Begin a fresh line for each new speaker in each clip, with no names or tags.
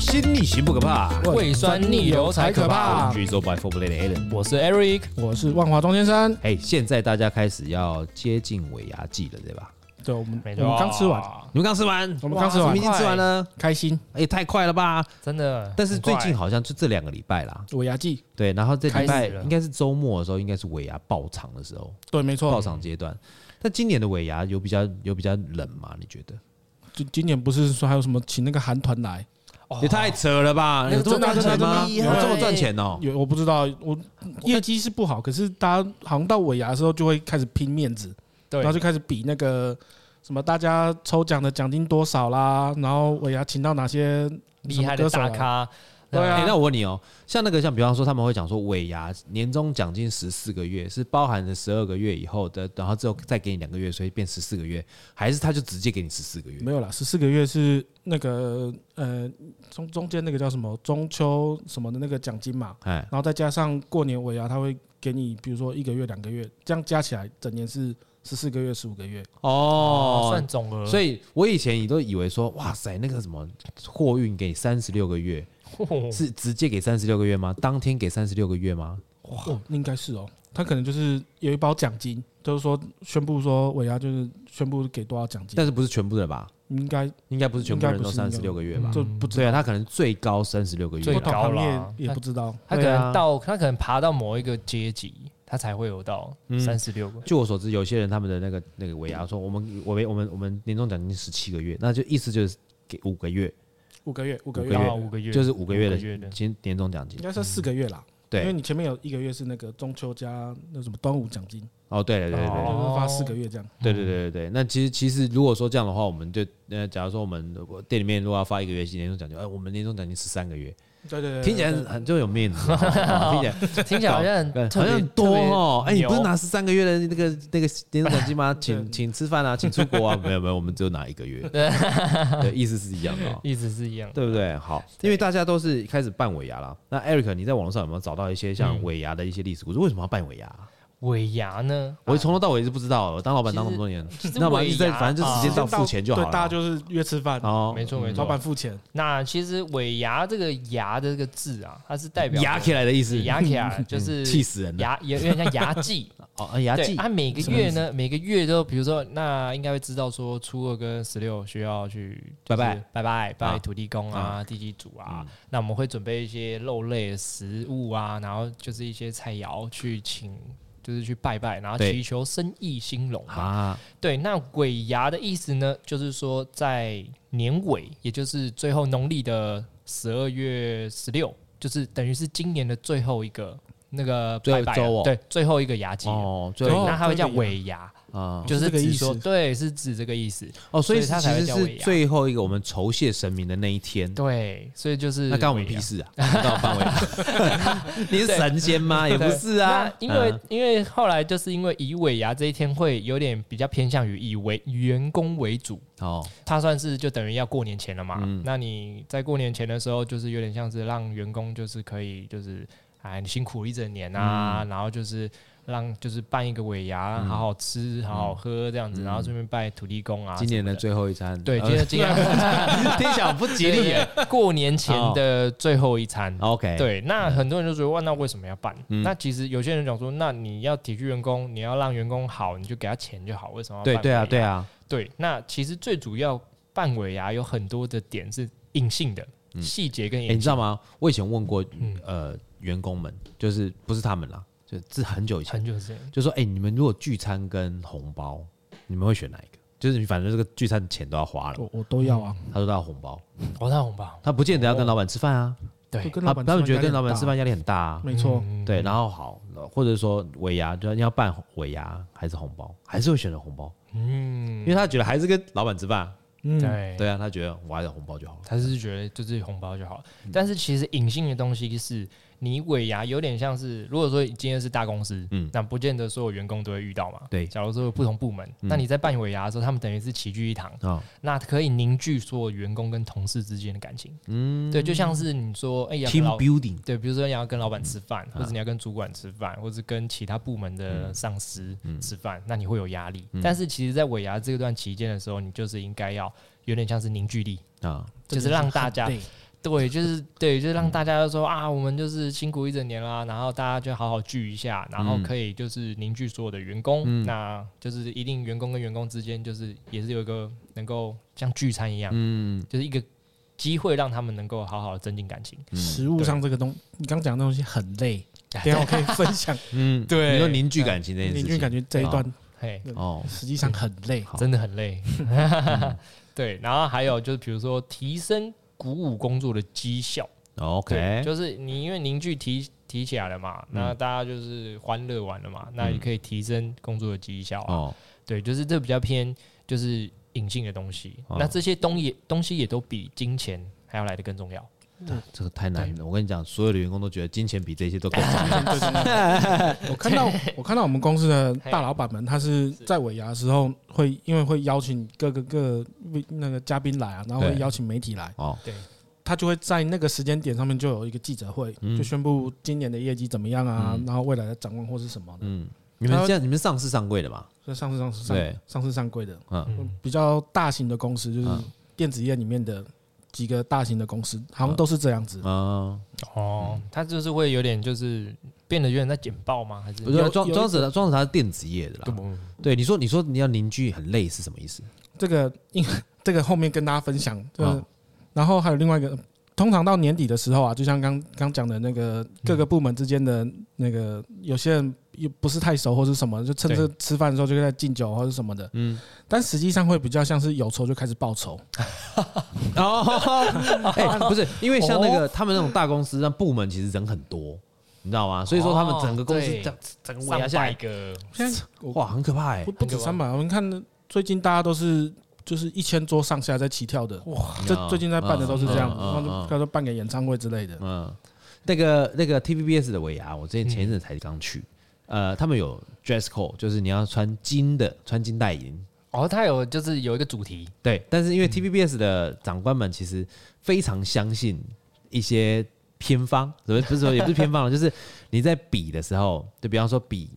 心逆袭不可怕，
胃酸逆流才可怕
我是宇宙 by Four Blade Allen。
我是 Eric，
我是万华中先生。
哎，现在大家开始要接近尾牙季了，对吧？
对，我们
没
我
错，
们刚吃完，
哦
你们刚吃完，
我们刚吃完
哇你们已经吃完了，
开心。
哎，太快了吧！
真的。
但是最近
好，
好像就这两个礼拜啦，
我牙记，
对，然后这礼
开
拜
始了
应该是周末的时候，应该是尾牙爆场的时候，
对，没
爆
错。
场阶段。但今年的尾牙有比较有比较冷吗？你觉得？
今今年不是说还有什么请那个韩团来？
哦
也太扯了吧！
那
有
个
这么赚
真的
钱吗？
真
有
的厉害
这么赚钱哦？
有我不知道，我业绩是不好，可是大家好像到尾牙的时候就会开始拼面子，
对
然后就开始比那个什么大家抽奖的奖金多少啦，然后尾牙请到哪些什
厉
么
害
歌
的
手
大
来。
咖，
对啊
哎、那我问你哦，像那个像比方说他们会讲说尾牙年终奖金十四个月是包含了十二个月以后的，然后之后再给你两个月，所以变十四个月，还是他就直接给你十四个月？
没有啦，十四个月是那个呃中中间那个叫什么中秋什么的那个奖金嘛，
哎，
然后再加上过年尾牙，啊他会给你，比如说一个月、两个月，这样加起来整年是十四个月、十五个月。
哦，
哦
算，总额，
所
以
以我以前也都以为说，哇塞，那个什么货运给三十六个月
哦
嗯
是直接给三十六个月吗？当天给三十六个月吗？
哇，那应该是哦，他可能就是有一包奖金，就是说宣布说尾牙就是宣布给多少奖金，
但是不是全部的吧？
应该
应该不是全部人都
应该
三
不
十
是嗯
六个月吧？
就不知
对
道，
啊，他可能最高三十六个月
最
不
吧，
同
高
行
啦
业也不知道。
他可
对啊
能到他可能爬到某一个阶级，他才会有到
嗯
三十六个。
据我所知，有些人他们的那个那个尾
嗯
牙说，我们我们我们我们年终奖金十七个月，那就意思就是给五个月，
五个月，五个
五
月，
个月
啊五个月
就是五个月的
的嗯
今年终奖金
应。该算四个月啦，因为
对，
你前面有一个月是那个中秋加那什么端午奖金，
哦，对对对对对
就
哦
是发四个月这样。
对对对对对。那其实其实如果说这样的话，我们就呃，假如说我们我店里面如果要发一个月薪年终奖金，哎，我们年终奖金十三个月，
对对对，
呃
听起来
对
很很就有 面子，听起来
听起来好像很特
好
别
像很多哦。
特
哎，
别
你
牛
不是拿十三个月的那个那个年终奖金 吗？
对
请请吃饭啊，请出国啊？没有没有，我们只有拿一个月，对，意思是一样的哦。
一直是一样，
对不对？好，因为大家都是开始办尾牙啦。那 Eric，你在网络上有没有找到一些
嗯
像尾牙的一些历史故事？为什么要办尾牙？啊
啊尾牙呢？
我从头到尾一直不知道，我当老板当那么多年
其，实
那我们一直在，
尾牙啊
反正就时间到
时间
付钱就好
对，大家
了。
就是约吃饭，
哦
没错没
老
错。
板付钱。
那其实尾牙这个“牙”这个字啊，它是代表
牙起来的意思，
牙起来就 是
气死人了。
牙，哎有有点像牙祭。
哦，呃牙
对，
祭
他、每个月呢，每个月都，比如说，那应该会知道说，初二跟十六需要去
拜
就是
拜
拜
啊
拜
嗯
拜土地公啊、地基主啊、那我们会准备一些肉类的食物啊，然后就是一些菜肴去请，就是去拜拜，然后
对
祈求生意兴隆嘛。
啊，
对，那尾牙的意思呢，就是说在年尾，也就是最后农历的十二月十六，就是等于是今年的最后一个那个
最后
拜
一
拜
周
了
哦
对，最后一个牙祭啊了。
哦，最
对，
后
那它会叫
最后一个牙哦
尾牙，
啊，
就是
是这个
指
意思嗯
说对，是指这个意思。
哦，所以
所以
其
它才
实
会叫
是
尾牙
最后一个我们酬谢神明的那一天。
对，所以就是
那干我们
尾牙
屁事啊？干我办尾牙？ 你是神仙吗？也不是啊
那。因为、
嗯
因为后来就是因为以尾牙这一天会有点比较偏向于以为员工为主，
哦，
它算是就等于要过年前了嘛。
嗯
那你在过年前的时候，就是有点像是让员工就是可以就是哎你辛苦一整年啊，然后就是让就是办一个尾牙，好好吃好好喝这样子，然后顺便拜土地公啊什么。
今年的最后一餐，
对，
呃
今天今 天
听起来很不吉利耶。
过年前的最后一餐。
OK，，
对，那
嗯
很多人就觉得哇，那为什么要办？那其实有些人讲说，那你要体恤员工，你要让员工好，你就给他钱就好，为什么要
对
办
对啊，
尾牙
对啊，
对，那其实最主要办尾牙有很多的点是隐性的，细节跟
哎、
隐性。
你知道吗？我以前问过，呃，员工们，就是不是他们啦，就是这很久以前，
很久之前，
就说，哎、你们如果聚餐跟红包，你们会选哪一个？就是你反正这个聚餐的钱都要花了，
我我都要啊，
他说他要红包，
我拿红包，
他不见得要跟老板吃饭啊，
就
对，
跟
他
老板
他们
吃
觉
饭
得
压力
跟老板
很大
吃饭压力很大啊，
没错，
嗯
对，然后好，或者说尾牙，就是要办尾牙还是红包，还是会选择红包，因
嗯，
为他觉得还是跟老板吃饭啊，
嗯，
对
对啊，他觉得我还是红包就好了，
他是觉得就是红包就好了。
嗯
但是其实隐性的东西是，你尾牙有点像是，如果说今天是大公司，
嗯
嗯，那不见得所有员工都会遇到嘛。
对嗯
假如说有不同部门，那你在办尾牙的时候，他们等于是齐聚一堂，
啊、
那可以凝聚所有员工跟同事之间的感情。
嗯
对，就像是你说，哎、呀，
，team 嗯
老
building，
对，比如说你要跟老板吃饭，或者你要跟主管吃饭，或者跟其他部门的
嗯
上司吃饭，那你会有压力。但是其实，在尾牙这段期间的时候，你就是应该要有点像是凝聚力，
啊，
就是让大家
对
对，就是对，就是让大家都说啊，我们就是辛苦一整年啦，然后大家就好好聚一下，然后可以就是凝聚所有的员工，
嗯
那就是一定员工跟员工之间就是也是有一个能够像聚餐一样，
嗯
就是一个机会让他们能够好好的增进感情。
嗯
食物上这个东，你刚讲的东西很累，等一下我可以分 享
嗯，
对
你说凝聚感情这件事
你
情，
就感觉
啊
这一段
嘿，
哦，
实际上很累。
好嗯
真的很累。 对，然后还有就是比如说提升鼓舞工作的绩效，对，
OK，
就是你因为凝聚提提起来了嘛，
嗯
那大家就是欢乐完了嘛，那也可以提升工作的绩效啊。
哦，
对，就是这比较偏就是隐性的东西，
哦
那这些东也东西也都比金钱还要来的更重要。
这个太难了。我跟你讲，所有的员工都觉得金钱比这些都更重要。
对 对对我看到我看到我们公司的大老板们，他是在尾牙的时候会，因为会邀请各个各那个嘉宾来啊，然后会
对
邀请媒体来，
哦，
对，
他就会在那个时间点上面就有一个记者会，
嗯
就宣布今年的业绩怎么样啊，
嗯
然后未来的展望或是什么的。
嗯，你们这样，你们上市上柜的嘛？
所以上市上市上
对
上市上柜的，
嗯
嗯，
比较大型的公司，就是
嗯
电子业里面的几个大型的公司，好像
嗯
都是这样子。
啊，
哦，他就是会有点就是变得有点在简报吗？还是
不是
有
庄
有一
庄子的庄子他是电子业的啦。
嗯
对，你说你说你要凝聚很累是什么意思？
这个因 这个后面跟大家分
嗯
享。就是
好，
然后还有另外一个，通常到年底的时候啊，就像刚刚讲的那
嗯
个各个部门之间的那个，有些人又不是太熟或是什么，就趁这吃饭的时候就在敬酒或是什么的。
嗯，
但实际上会比较像是有仇就开始报仇。
哦， 哎，不是，因为像那
哦
个他们那种大公司，那部门其实人很多，你知道吗？所以说他们整个公司
哦对
这样整个
上
尾牙下
百
来，
个
现在
哇，很可怕哎
不。不止三百，我们看最近大家都是就是一千桌上下在起跳的，哇！这
哦
最近在办的都是这样，
嗯嗯嗯
然后就
嗯嗯
他说办个演唱会之类的，
嗯，那个那个 TVBS 的尾牙，我之前前一阵才刚去，呃，他们有 dress code，就是你要穿金的，穿金戴银。
哦，他有就是有一个主题，
对，但是因为 TVBS 的长官们其实非常相信一些偏方，怎么不是说也不是偏方了， 就是你在比的时候，就比方说比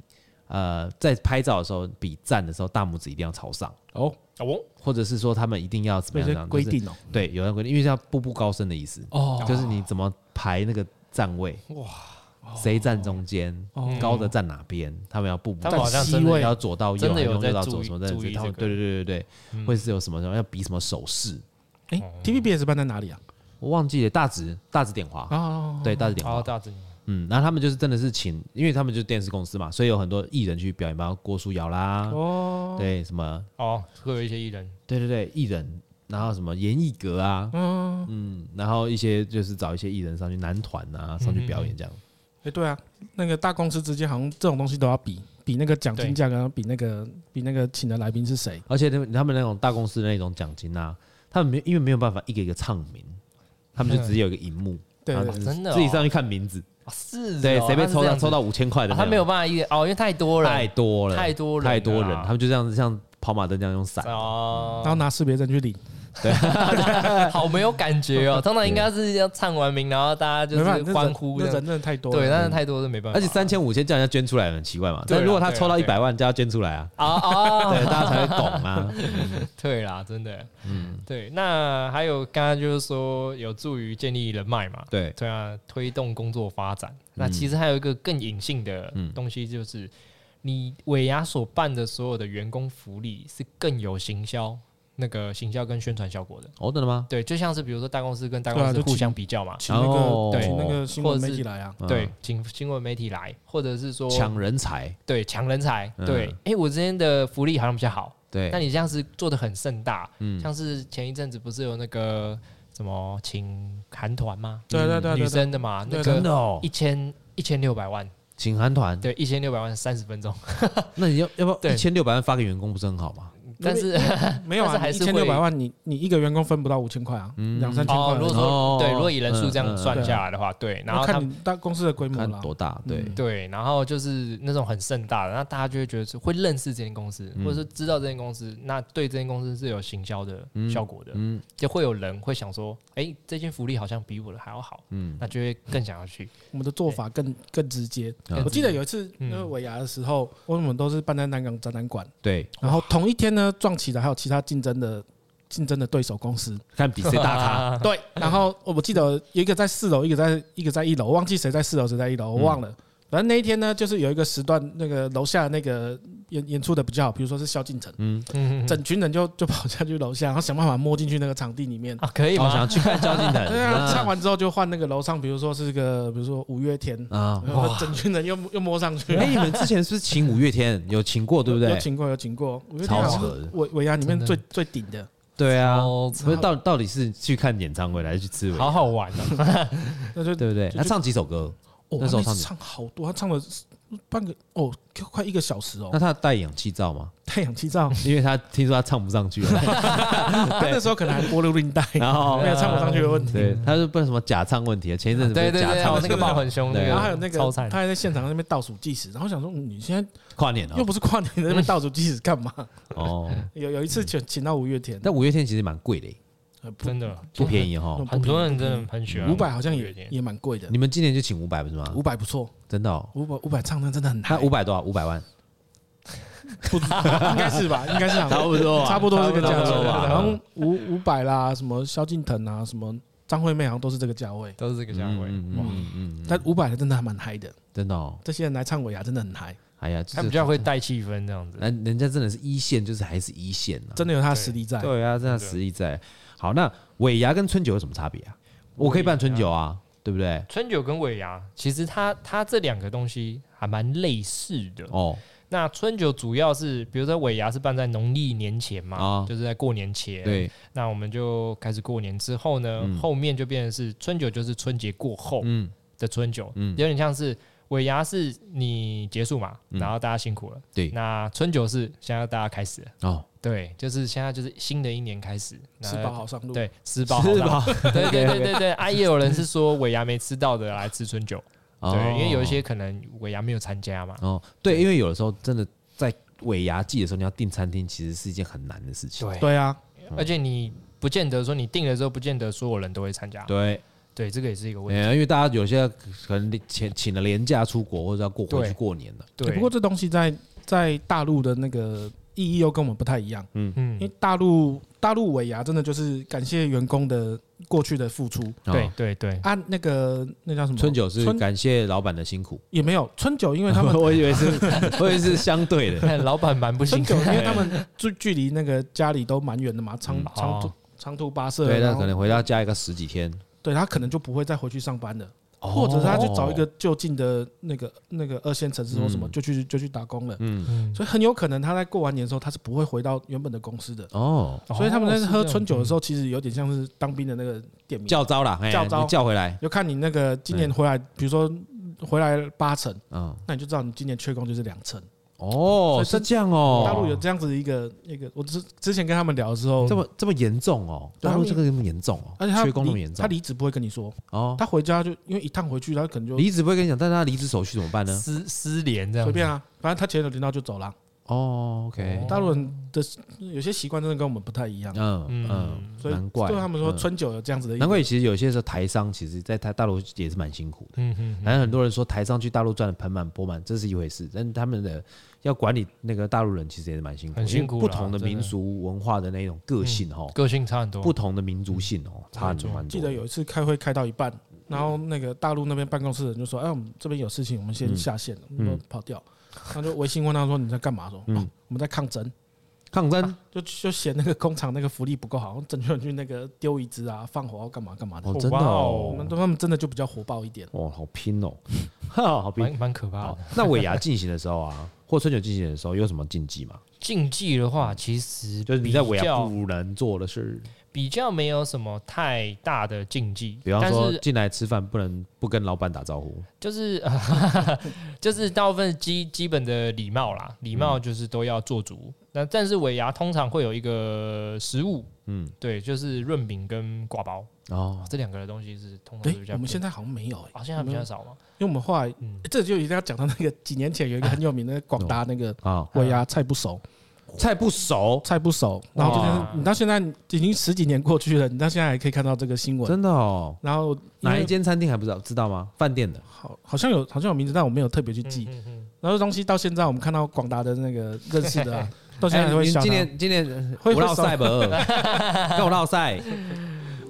呃在拍照的时候，比赞的时候，大拇指一定要朝上，
哦，
哦，
或者是说他们一定要怎么
有
样怎
些
么样
规，
就是
定哦，
对，有人规定，因为叫步步高升的意思，
哦
就是你怎么排那个站位，哇，谁站中间，
哦
高的站哪边，他们要步步
他们好像
站
真的
西位要左到右，
真的有
右
在
到
注
左
意
什么的，
注意
他们
这个
对对对对对，
嗯
会是有什么什么要比什么手势，
哎，TVBS 办在哪里啊？
我忘记了，大直大直点华，
哦，
对大直点
哦，
华，
大致
嗯，然后他们就是真的是请，因为他们就是电视公司嘛，所以有很多艺人去表演，包括郭书瑶啦，
哦，
对什么，
哦，会有一些艺人，
对对对，艺人。然后什么严艺格啊，
嗯，
嗯，然后一些就是找一些艺人上去男团啊上去表演这
嗯
样，
哎，对啊，那个大公司之间好像这种东西都要比，比那个奖金价格，然后比那个比那个请的来宾是谁，
而且他们他们那种大公司的那种奖金啊，他们没因为没有办法一个一个唱名，他们就只有一个荧 幕，
对
然
对
后
对
只
哦真的哦
自己上去看名字，
哦是
对，
哦
谁被抽
他
到
是这样子
抽到五千块的
哦
那
他
种，
没有办法一个哦，因为太多了，
太多了，
太多人了啊
太多人，他们就这样子像跑马灯这样用伞，
哦
然，后拿识别证去领，
好没有感觉哦。通常应该是要唱完名，然后大家就
没办法，
是
那
欢
人
呼
那
这
人真
样。
的太多了，
对，但是太多是没办法。
而且三千五千叫人家捐出来很奇怪嘛，
对啊
但如果他
对啊
抽到一
对啊
百万，叫他捐出来啊，
啊啊，
对，大家才会懂啊，
对啦，真的，嗯， 对。那还有刚刚就是说有助于建立人脉嘛，
对，
对啊，推动工作发展。
嗯
那其实还有一个更隐性的东西，就是你尾牙所办的所有的员工福利是更有行销那个行销跟宣传效果的。
哦，真的吗？
对，就像是比如说大公司跟大
对
公
啊
司
就
互
请
相比较嘛，
请那个
哦
请那个新
或
闻
者
媒
是
体来啊，
嗯
对，请新闻媒体来，或者是说
抢人才，
对抢人才，
嗯
对，哎、我之前的福利好像比较好，
对
那，你这样子做的很盛大，
嗯
像是前一阵子不是有那个什么请韩团吗？
对对对
女
对对，
生的嘛，那
对啊
真
个
的哦
一，千一千六百万，
请韩团，
对，一千六百万三十分钟，
那你要要不要
对
一千六百万发给员工不是很好吗？
嗯
但是
没有
但是
啊，
还
一
是会
千六百万，你你一个员工分不到五千块啊，两三千块
哦，
而已，
如果
哦
说对，如果以人数这
嗯
样
嗯
算
对啊
下来的话，对，然
要
后他
看你大公司的规模
看
啦。
多大，对，
嗯
对，然后就是那种很盛大的，那大家就会觉得是会认识这间公司，
嗯
或者是知道这间公司，那对这间公司是有行销的效果的，
嗯
就会有人会想说，哎、这间福利好像比我的还要好，
嗯，
那就会更想 要去。
我们的做法更更直接。
嗯
我记得有一次
嗯哦
那个尾牙的时候，我们都是办在南港展览馆，
对，
然后同一天呢撞起的还有其他竞争的竞争的对手公司。
看比谁大咖。
咖
对，然后我我记得有一个在四楼，一个在一个在一楼，我忘记谁在四楼谁在一
嗯
楼，我忘了。反正那一天呢，就是有一个时段，那个楼下那个演演出的比较好，比如说是萧敬腾，
嗯，
嗯
整群人就 就跑下去楼下，然后想办法摸进去那个场地里面。
啊，可以
我哦想要
吗？
去看萧敬 腾。
对啊，唱
嗯
完之后就换那个楼上，比如说是个比如说五月天，
啊，
然后整群人又又摸上去。
哎，你们之前是不是请五月天有请过，对不
有
对？
请过有请过，五月天好像
超扯的
是尾尾牙里面
真的
最最顶的。
对啊，
超
不是到到底是去看演唱会还是去吃尾牙？
哦好好玩哦，
那就
对不对？
就
他唱几首歌？
哦，
那时候
他
唱
次唱好多，他唱了半个哦，快一个小时哦
那。他戴氧气罩吗？
太阳气照，
因为他听说他唱不上去了，
他 那时候可能还播了录 音带，
然后
没有唱不上去的问题。
对，他是不知道什么假唱问题啊，前一阵子不
对
是
对
假
对，
唱
哦
问题
那个爆很凶，那
对
个
然后还有那个
超惨
他，还在现场那边倒数计时，然后想说嗯你现在
跨年啊
又，不是跨年，在那边倒数计时干嘛？
哦，
有有一次请请到五月天，
但五月天其实蛮贵的耶，
呃不
真的
不便宜哈
嗯。
很多人真的很喜欢
五百好像
五月
也
天
也蛮贵的，
你们今年就请五百不是吗？
五百不错，
真的，哦，
五百五百唱的真的很
他
嗨，
五百多少？啊五百万，
不 应该是吧？应该是差
差不多啊
差不多这个价
差不
钱
多
吧，
吧
然后五五百啦，什么萧敬腾啊，什么张惠妹好像都是这个价位，
都是这个价位，
嗯嗯嗯嗯，嗯
但五百的真的还蛮嗨的，
真的哦，
这些人来唱尾牙真的很嗨，
哎呀，
他
就
比
是哎
较会带气氛这样子。
人人家真的是一线，就是还是一线啊。
真的有他的实力在。
对啊，这样实力在。好，那尾牙跟春酒有什么差别啊？我可以办春酒啊，对不对？
春酒跟尾牙，其实它它这两个东西还蛮类似的。
哦，
那春酒主要是，比如说尾牙是办在农历年前嘛，
啊
就是在过年前。，
对，
那我们就开始过年之后呢，后面就变成是春酒，就是春节过后
嗯，
的春酒，
嗯
有点像是尾牙是你结束嘛，然后大家辛苦了。
对
那春酒是现在大家开始了，
哦，
对，就是现在就是新的一年开始，
吃饱好上路，，
对，吃饱好
是
浪
吧？
对对对对对，啊，也有人是说尾牙没吃到的来吃春酒，
哦
对，因为有一些可能尾牙没有参加嘛，
哦，对，因为有的时候真的在尾牙季的时候，你要订餐厅，其实是一件很难的事情。
对，
对啊，
嗯
而且你不见得说你定了之后，不见得所有人都会参加，
对，
对，这个也是一个问题，
哎因为大家有些可能请请了年假出国，或者要过
对
回去过年了。
对，
对，
不过这东西在在大陆的那个意义又跟我们不太一样，因为
嗯，
大陆大陆尾牙真的就是感谢员工的过去的付出
哦
对，对对，
啊，那个那叫什么
春酒是
春
感谢老板的辛 苦，
也没有春酒，因为他们
我以为是，我以为是相对的。
老板蛮不
春
辛苦
酒，
哦
因为他们距距离那个家里都蛮远的嘛，长
哎嗯
长途
哦
长途跋涉，
对，那
然
可
后
能回到家一个十几 天，
对他可能就不会再回去上班了，
哦
或者是他去找一个就近的那个那个二线城市或什么，
嗯
就去就去打工了。
嗯
嗯
所以很有可能他在过完年之后，他是不会回到原本的公司的。
哦
哦
所以他们在
是
喝
这样
春酒的时
嗯
候，其实有点像是当兵的那个点名，
叫招啦，哎
叫招
你叫回来，
就看你那个今年回来，比如说回来八成，
嗯，
那你就知道你今年缺工就是两成。
哦
所以，
是
这
这样
大
哦，
陆有这样子的一个一个，我之之前跟他们聊的时候
这，么这么严重哦，
对
大陆
他们
这个这么严重哦，
而且他
缺工那么
离
严重
他离职不会跟你说，
哦，
他回家就因为一趟回去，他可能就
离职不会跟你讲，但是他离职手续怎么办呢？
失失联这样
随
子，
便啊，反正他钱有领到就走了。
哦，OK，
哦
大陆人的有些习惯真的跟我们不太一样，
嗯嗯，
所以
难怪
对他们说
嗯
春酒有这样子的一个，
难怪其实有些时候台商其实在台大陆也是蛮辛苦的。
嗯嗯
反正很多人说台商去大陆赚的盆满钵满，这是一回事，但是他们的要管理那个大陆人其实也是蛮辛苦的，
很辛苦
因为
啦
不同的
真的
民俗文化的那种个性哈
嗯，，个性差很多，
哦不同的民族性
嗯
哦，差很多蛮多。
记得有一次开会开到一半，然后那个大陆那边办公室的人就说：“哎，我们这边有事情，我们先下线了，我们跑掉。”他就微信问他说：“你在干嘛？”说：“
嗯
哦我们在抗争。
抗争”
啊
就就嫌那个工厂那个福利不够好，整群人去那个丢椅子啊、放火啊、干嘛干嘛的
哦，。真的
哇
哦
哦
我们，都他们真的就比较火爆一点。
哦，好拼 哦，哈，好
蛮
拼。
蛮可怕
好
的。，
那尾牙进行的时候啊，或春酒进行的时候，有什么禁忌吗？
竞技的话，其实
就是你在尾
比
牙
较
不能做的事，
比较没有什么太大的禁忌，
比方说
但是
进来吃饭不能不跟老板打招呼，
就是 就是大部分基基本的礼貌啦，礼
嗯
貌就是都要做足。那、但是尾牙通常会有一个食物，
嗯，
对，就是润饼跟挂包、
哦，
这两个的东西是通常
哎
是比，较。
我们现在好像没有哎，
好像、比较少嘛，
因为我们后来
嗯，
这就一定要讲到那个几年前有一个很有名的广达那个
啊，
尾牙菜不熟，
菜不熟，
菜不熟，然后
哇
就是你到现在已经十几年过去了，你到现在还可以看到这个新闻。
真的哦。
然后因为
哪一间餐厅还不知道知道吗？饭店的
好，好像有好像有名字，但我没有特别去记。
嗯嗯嗯
然后这东西到现在我们看到广达的那个认识的、啊，到现在还会
哎你
想
今
他。
年今年
会
我
会
绕赛博尔，跟我绕赛，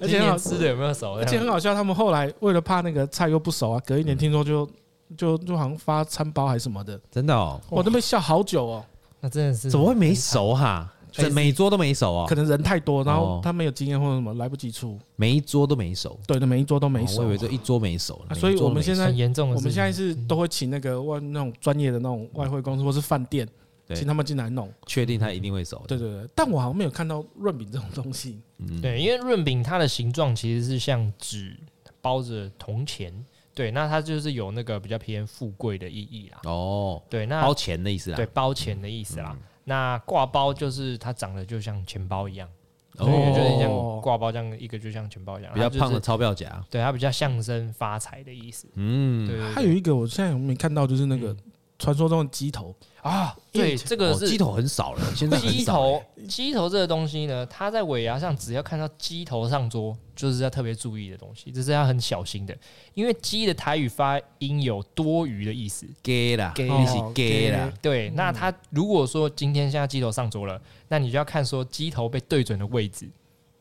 而
今
且很
年
好
吃的有没有熟？
而且很好笑，他们后来为了怕那个菜又不熟啊，隔一年听说
嗯
就就就好像发餐包还是什么的，
真的哦，
我都被笑好久哦，
那真的是
怎么会没熟哈？
哎
这每一桌都没熟
可
哦，
能人太多，然后
哦
他没有经验或者什么来不及出，
每一桌都没熟，
对的，每一桌都没
哦
熟
我以。为这一桌没熟
啊，所以
每一桌
我
都
们
没熟
现在
很严重的
我
事情？
们现在
嗯
是都会请那个外那种专业的那种外汇公司或是饭店，
对哦
请他们进来弄。
确定他一定会熟，
对对对，但我好像没有看到润饼这种东西。
嗯，
对，因为润饼它的形状其实是像纸包着铜钱，对，那它就是有那个比较偏富贵的意义啦。
哦，
对，那
包钱的意思啊，
对包钱的意思
嗯
啦。那挂包就是它长得就像钱包一样，
哦，
对，有点
哦
像挂包这样，一个就像钱包一样，
比较
它就是
胖的钞票夹，
对，它比较象征发财的意思。
嗯，
对，对
还
对
有一个我现在有没看到，就是那个传说中的鸡头，
啊，
因为
对，这个
哦鸡
是
头很少了，现在很
鸡
少欸
头，鸡头这个东西呢，它在尾牙上只要看到鸡头上桌，就是要特别注意的东西，这是要很小心的，因为鸡的台语发音有多余的意思。
gay 啦，
gay
你
哦
是 gay 啦，
对，
嗯
那它如果说今天现在鸡头上桌了，那你就要看说鸡头被对准的位置，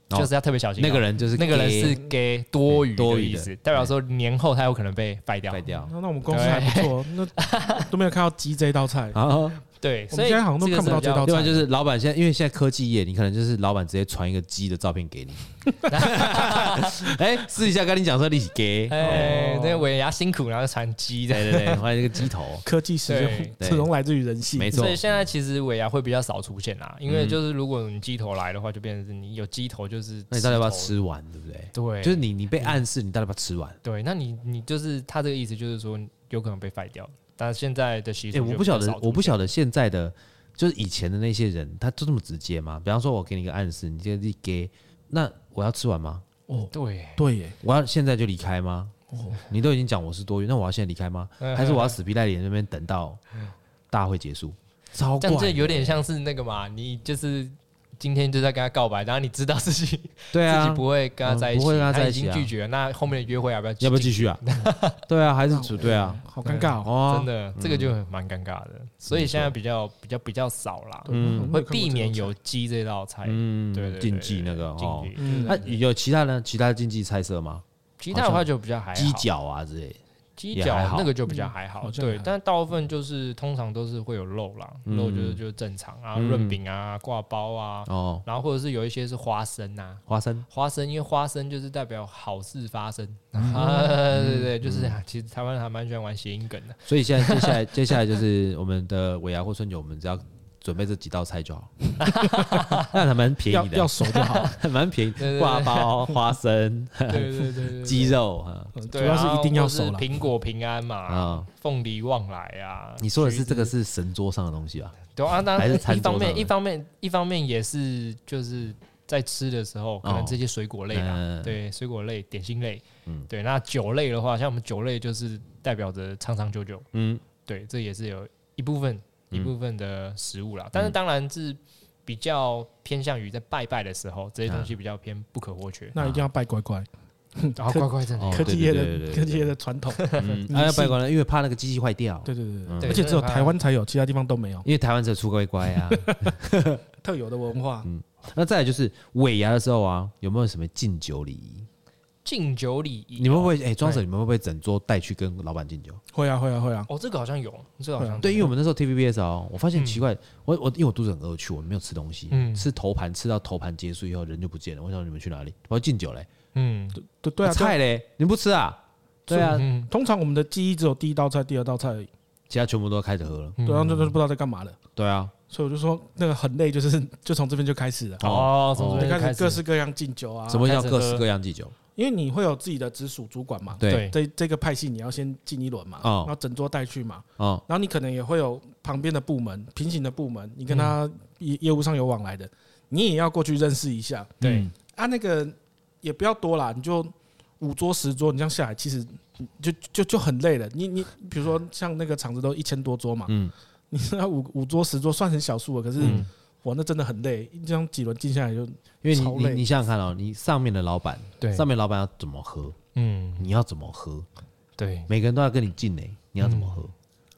哦
就是要特别小心哦。
那个人就是
那个人
gay
是给多余
多
的
余
意
的
思，代表说年后他有可能被败掉
坏。掉
那那我们公司还不错，那都没有看到鸡这一道菜。
啊。
对，
我们
所以
现在好像都
个
看不
是
到
比较
这道
另外就是老板现在，因为现在科技业，你可能就是老板直接传一个鸡的照片 给你，哎， 私底下跟你讲说你是 gay，哦
哎，那尾牙辛苦，然后传鸡的。
对对对，换一个鸡头，
科技使用
对，
对
这种来自于人性。
没错嗯
所以，现在其实尾牙会比较少出现啦，因为就是如果你鸡头来的话，就变成是你有鸡头就是。
那你到底要不要？吃完，对不对？
对，
就
就是是
你你被暗示，你到底要不要吃完？
对，那你你就是他这个意思就是说有可能被败掉，但现在的习
哎，
俗
我
就
不
比
晓
较少出现、
得，我不晓得现在的就是以前的那些人，他就这么直接吗？比方说，我给你一个暗示，你这是 gay，那我要吃完吗？
哦，
对，
对耶，
我要现在就离开吗？
哦
你都已经讲我是多余，那我要现在离开吗？
哎
还是我要死皮赖脸那边等到大会结束？超
这
怪哦
样这
的，
有点像是那个嘛，你就是今天就在跟他告白，然后你知道自己、
对
自
啊
己，不会跟他在一起，
嗯不会跟他在一
已
起啊
经拒绝了，那后面的约会要不要？
要不要继续 啊？对啊，还是主对啊？
好尴尬哦。
哦
真，的，这个就很蛮尴尬的，所以现在比较比较比较少啦，
嗯
我没
会
有看过
避
这
免
道
有鸡这道菜。
嗯
对对对
禁忌那个
禁
哦
忌。
嗯
那有其他呢？其他禁忌菜色吗？
其他的话就比较还好，嗯
鸡脚啊之类的。
鸡
也
脚
还好
那个就比较还好，
好像还
对
好。
但大部分就是通常都是会有肉啦，
嗯
肉就是就是正常啊，
嗯
润饼啊，挂包啊，
哦，
然后或者是有一些是花生啊。
花 生
花生，因为花生就是代表好事发生，
嗯
啊、 对对对，就是、啊其实台湾人还蛮喜欢玩谐音梗 的，
所以现在接下来接下来就是我们的尾牙或春酒，我们只要准备这几道菜就 好，那还蛮便
要
宜
要
的，
熟就好，
蛮便宜
对对。对
挂包、花生、
对对对对对，
鸡肉啊，
嗯主
对
要
然
是
后
一定要
或是
熟了。
苹果平安嘛，
啊。
凤、梨旺来啊，
你说的是
橘子
这个是神桌上的东西吧？
对啊，当
还
然
是餐
一方
桌上
面，
的
一方面，一方面也是就是在吃的时候，可能这些水果类啦，
哦嗯
啊对，水果类、点心类，
嗯
对。那酒类的话，像我们酒类就是代表着长长久久，
嗯，
对，这也是有一部分
嗯
一部分的食物啦。但是当然是比较偏向于在拜拜的时候，这些东
嗯
西比较偏不可或缺。
那一定要拜乖乖，
然后乖乖真
哦
的，
科技业
对对对
的
对
科技业的传统。
嗯，啊要拜关了，因为怕那个机器坏掉。
对对对
嗯
对
对
对，而且只有台湾才有，其他地方都没有
因为台湾只有出乖乖啊。
特有的文化。
那再来就是尾牙的时候啊，有没有什么敬酒礼仪？
敬酒礼仪，
你们会不会哎，庄、手，你们会不会整桌带去跟老板敬酒？
会啊会啊会啊，
哦，这个好像有，这个好像
对，因为我们那时候 TVBS 哦，我发现奇怪，我我因为我肚子很饿，去我没有吃东西，
嗯
吃头盘吃到头盘结束以后人就不见了，我想你们去哪里？我要敬酒嘞，
嗯，
对对啊，对啊
菜嘞，你们不吃啊？对啊，
嗯，
通常我们的记忆只有第一道菜、第二道菜而已，
其他全部都开始喝了。
嗯
对啊，这都不知道在干嘛了。
对啊，
所以我就说那个很累，就是 就从这边就开始了，
哦，什
哦
么
就
时候
开
开
始
始
各式各样敬酒啊。
什么叫
开始
各
喝
式各样敬酒？
因为你会有自己的直属主管嘛，
对，
对
这这个派系你要先进一轮嘛，
哦
然后整桌带去嘛，
哦，
然后你可能也会有旁边的部门、平行的部门，你
嗯
跟他业业务上有往来的，你也要过去认识一下
对
嗯，
啊。那个也不要多啦，你就五桌十桌，你这样下来其实你就就就很累了。你你比如说像那个厂子都一千多桌嘛，
嗯
你知道五五桌十桌算很小数了，可是哇，那真的很累，这样几轮进下来就
因为你
超
你
累
你想想看哦，你上面的老板，
对，
上面老板要怎么喝，
嗯，
你要怎么喝，
对，
每个人都要跟你敬嘞，你要怎么喝？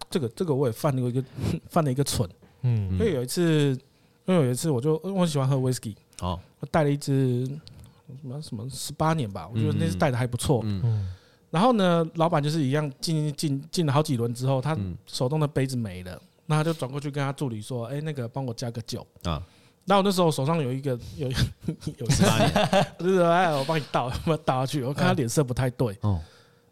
这个这个我也犯了一个犯了一个蠢，
嗯
因为有一次因为有一次我就我很喜欢喝 whisky，
嗯
哦，
我带了一支什么什么十八年吧，我觉得
嗯
那支带的还不错。
嗯
嗯，
然后呢，老板就是一样进进进了好几轮之后，他
嗯
手动的杯子没了，那他就转过去跟他助理说：“哎，那个帮我加个酒。”
啊，
那我那时候手上有一个有 有
十八年
我就是哎，我帮你倒，我倒下去。我看他脸色不太对，
哦，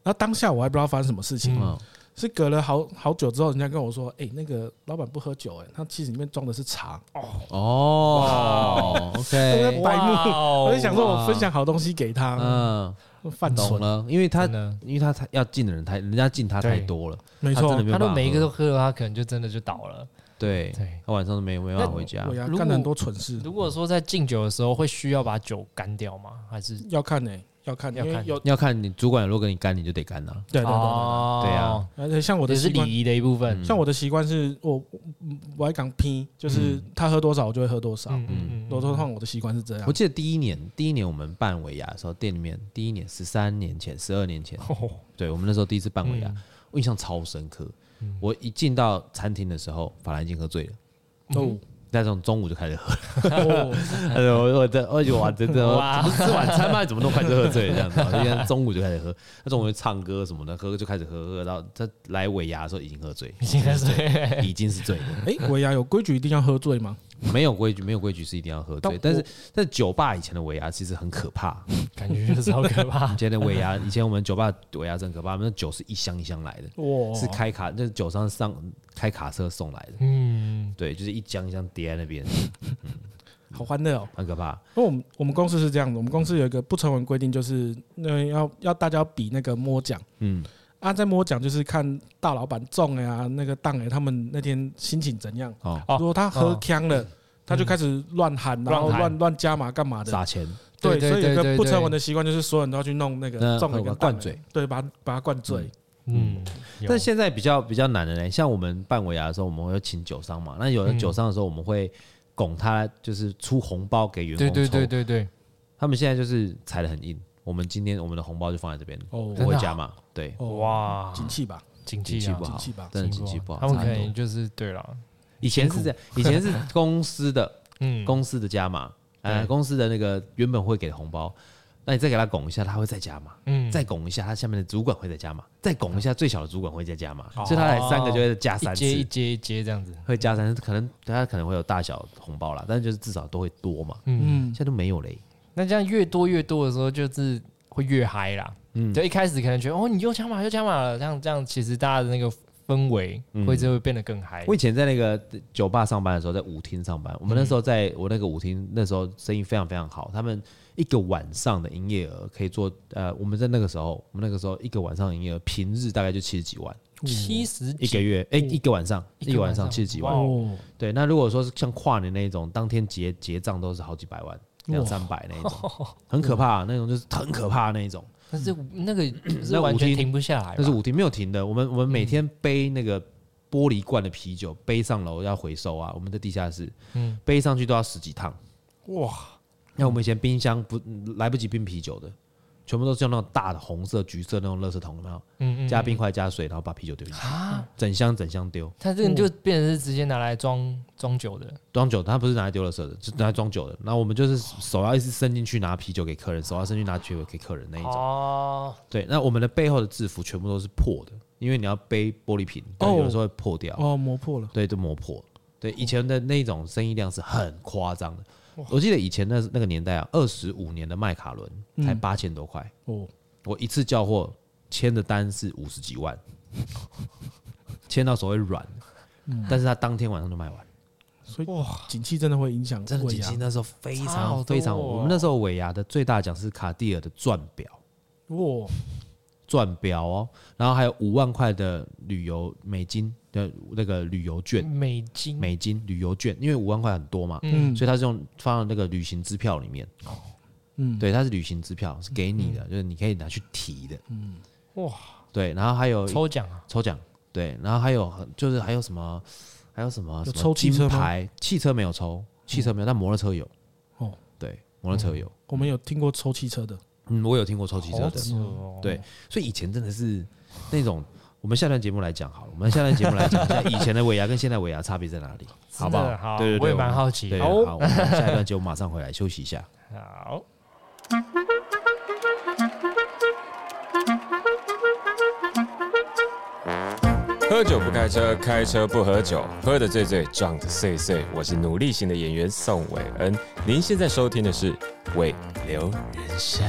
然后当下我还不知道发生什么事情，
嗯
哦
是隔了好好久之后，人家跟我说：“哎，那个老板不喝酒，哎，他其实里面装的是茶。
哦，OK，
白目
哇”哦
我就想说，我分享好东西给他，
嗯，
犯
懂
蠢，
了，因为他
真的
因为他太要进的人太，人家进他太
对
多了，
没
他真
错
的没，有办
他都
法
每一个
喝
都喝了，他可能就真的就倒了。
对，
对，
他晚上都没没办法回家
我，呀
如果
干了很多蠢事，
如果说在敬酒的时候会需要把酒干掉吗？还是
要看呢，要看，因
要
为
看
有
要看你主管如果跟你干，你就得干啊了，
对对对对，
哦
对啊，
而且呃像我的
也是
习
礼
惯，
仪的一部分
嗯。
像我的习惯是我我还敢拼，
嗯
就是他喝多少我就会喝多少，我 说换我的习惯是这样
我，记得第一年，第一年我们办尾牙的时候，店里面第一年十三年前、十二年前，
哦
对我们那时候第一次办尾牙，
嗯
我印象超深刻。我一进到餐厅的时候，法兰已经喝醉了，
哦，
但从中午就开始喝。
哦
哎呦，我我这，我就哇，真的，
哇
不是吃晚餐吗？怎么那么快就喝醉了这样子？我就中午就开始喝，他中午就唱歌什么的，喝就开始喝，喝到他来尾牙的时候已经喝醉，
已经开始
已经是醉
嗯
了。
哎，尾牙有规矩一定要喝醉吗？
没有规矩，没有规矩是一定要喝
但
醉，但是但是酒吧以前的尾牙其实很可怕。
感觉就是好可怕
以。前的尾牙，以前我们酒吧的尾牙真的可怕，那酒是一箱一箱来的。
哦
哇，
是开卡，那酒商上开卡车送来的，
嗯，
对，就是一箱一箱叠在那边，
好欢乐哦！
很可怕。
因为我们我们公司是这样的，我们公司有一个不成文规定，就是那要要大家比那个摸奖
嗯，
啊，在摸奖就是看大老板中了呀、那个当哎，他们那天心情怎样。
哦，
哦嗯
如果他喝呛了，他就开始乱喊，然后
乱喊
乱乱加码干嘛的。
哦撒钱，
对，
对
所以有一
对
个
对
不成文的习惯就是所有人都要去弄那
那
个中了
把它
跟
灌
当哎
醉，
对，把它把他灌醉。
嗯，有
但现在比较比较难的呢，像我们办尾牙的时候，我们会请酒商嘛，那有的
嗯
酒商的时候，我们会拱他，就是出红包给员工
对
抽。
对对对对，
他们现在就是踩的很硬，我们今天我们的红包就放在这边，不会
哦
真的啊
加嘛，对，
哦，
哇，
景气吧，
经
经
济
济
啊
不，好
景气不好，
真的经济不好，
他们
差
可
很多
能就是对了，
以前是这样，以前是公司的，
嗯，
公司的加码，呃，
对
公司的那个原本会给的红包，那你再给他拱一下，他会再加码，
嗯
再拱一下，他下面的主管会再加码，再拱一下，最小的主管会再加码，
哦
所以他来三个就会加三
一阶一
次，
阶一阶这样子，
会加三次，可能他可能会有大小红包啦，但是就是至少都会多嘛，
嗯，
嗯
现，在都没有嘞，
那这样越多越多的时候，就是会越嗨啦。
嗯，
就一开始可能觉得哦，你又加码又加码了，这样这样，其实大家的那个氛围会就会变得更嗨
我。以前在那个酒吧上班的时候，在舞厅上班，我们那时候在我那个舞厅，那时候生意非常非常好，他们一个晚上的营业额可以做，呃，我们在那个时候，我们那个时候一个晚上营业额平日大概就七十几万。
七十
嗯一个月，哎、一个晚上，
嗯一个
一个晚
晚
上
上
七十几万。
哦，
对，那如果说是像跨年那一种，当天结结账都是好几百万，两三百那一 种，很可怕，那种就是很可怕那一种。
但是那个是
嗯那
完
舞
全
厅
停不下来吧，
但是舞厅没有停的，我们我们每
嗯
天背那个玻璃罐的啤酒背上楼要回收啊，我们在地下室，
嗯
背上去都要十几趟。
哇，
那我们以前冰箱不来不及冰啤酒的。全部都是用那种大的红色、橘色那种垃圾桶，有没有？
嗯嗯
加冰块、加水，然后把啤酒丢进去，
啊，
整箱整箱丢。
它这个就变成是直接拿来装装酒的，
装酒，他不是拿来丢垃圾的，是拿来装酒的。那我们就是手要一直伸进去拿啤酒给客人，手要伸进去拿酒给客人那一种。
哦，
对，那我们的背后的制服全部都是破的，因为你要背玻璃瓶，对
哦
有的时候会破掉，
哦，磨破了，
对，都磨破。对，以前的那种生意量是很夸张的。我记得以前那那个年代啊，二十五年的麦卡伦才
嗯
八千多块，
哦，
我一次交货签的单是五十几 万，签到手会软，
嗯
但是他当天晚上就卖完。
所以
哇，
景气真的会影响
真的
尾
景
牙
气，那时候非
差好
常
多哦
非常，我们那时候尾牙的最大奖是卡地尔的钻表，
哇，
钻表哦，然后还有五万块的旅游美金的那个旅游
嗯
券，
美金，
美金旅游券，因为五万块很多嘛，
嗯
所以他是用放到那个旅行支票里面，
嗯，
对，它是旅行支票是给你的，就是你可以拿去提的，
嗯
哇，
对，然后还有
抽奖啊，
抽奖，对，然后还有很就是还有什么，还有什么
有
什么
抽汽
金
车吗
牌，汽车没有抽，汽车没有，但摩托车有，
哦，嗯
对，摩托车有，
我们有听过抽汽车的，
嗯，我有听过抽汽车
好
的。
扯哦
对所以以前真的是那种，我我们下段节目来讲好了，我们下段节目来讲一下以前的尾牙跟现在尾牙差别在哪里，好不
真的
好？
好
对对对，
我也蛮
们
好奇
对，
好哦
好，我们下一段节目马上回来休息一下。
好，
喝酒不开车，开车不喝酒，喝的醉醉，撞得碎碎。我是努力型的演员宋伟恩，您现在收听的是《尾流人生》。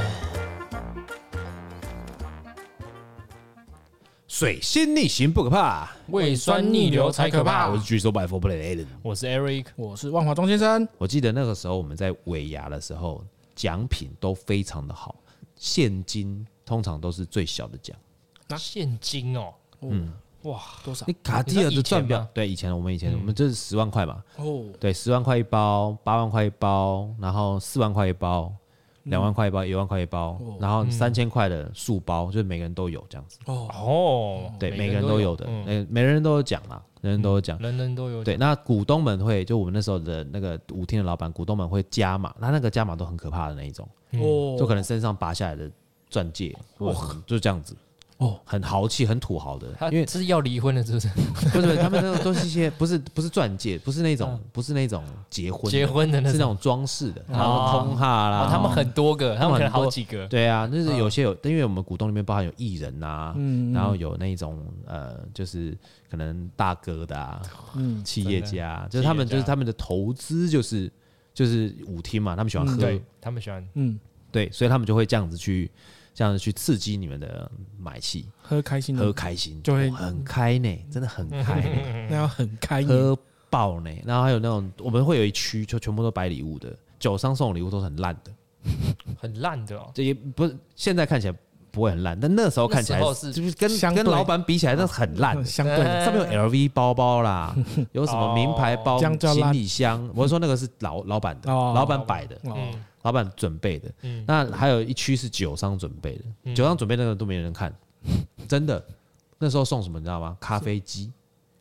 水星逆行不可怕，
胃酸逆流才可怕
我。是举手摆 for play Alan。
我是 Eric，
我是万华钟先生，
我记得那个时候我们在尾牙的时候，奖品都非常的好，现金通常都是最小的奖。
啊
现金哦，
嗯，
哇，
多少
你？卡地啊尔的钻
你知道以前
表
吗，
对，以前我们以前、
嗯
我们就是十万块嘛，
哦，
对，十万块一包，八万块一包，然后四万块一包，两万块一包，一万块一包，然后三千块的数包，就是每个人都有这样子，
哦，
对，每个人都有的，
嗯
嗯，每个人都有奖啦，人人都有奖。
人人都有，
对，那股东们会就我们那时候的那个舞厅的老板，股东们会加码，那那个加码都很可怕的那一种，嗯
哦，
就可能身上拔下来的钻戒，或者什么就这样子，哦，很豪气、很土豪的，
他
因为
是要离婚了，是 不是？
不是他们那个都是一些不是不是钻戒，不是那种不是那种结婚的
结婚 的那
是那
种，
种装饰的，然后空哈啦
哦，，他们很嗯多个，他
他们很
们可能好
多
几个，
对啊，就是有些有，因为我们股东里面包含有艺人呐，啊
嗯
嗯
然后有那种呃，就是可能大哥的啊，
嗯，
企业家，啊就是
哦企业
他们
家
就是他们的投资就是就是舞厅嘛，他们喜欢喝，
对他们喜欢
嗯，
对，所以他们就会这样子去这样子去刺激你们的买气，
喝开
嗯
心
喝
的，
开心
就会
哇很开呢，真的很开 呢，
那要很开心，
喝爆呢，然后还有那种我们会有一区就全部都摆礼物的，酒商送的礼物都是很烂的。
很烂的哦，
这也不是现在看起来不会很烂，但那时候看起来
那时候是呃
就是跟
相对
跟老板比起来，那是很烂
嗯
的。
相对的，
上面有 LV 包包 啦，有什么名牌包、
这样叫
行
哦烂
李箱？我是说那个是老老板的，
哦
老板摆的，
哦，
嗯
老板准备的。
嗯，
那还有一区是酒商准备的，
嗯
酒商准备那个都没人看，真的。那时候送什么你知道吗？咖啡机，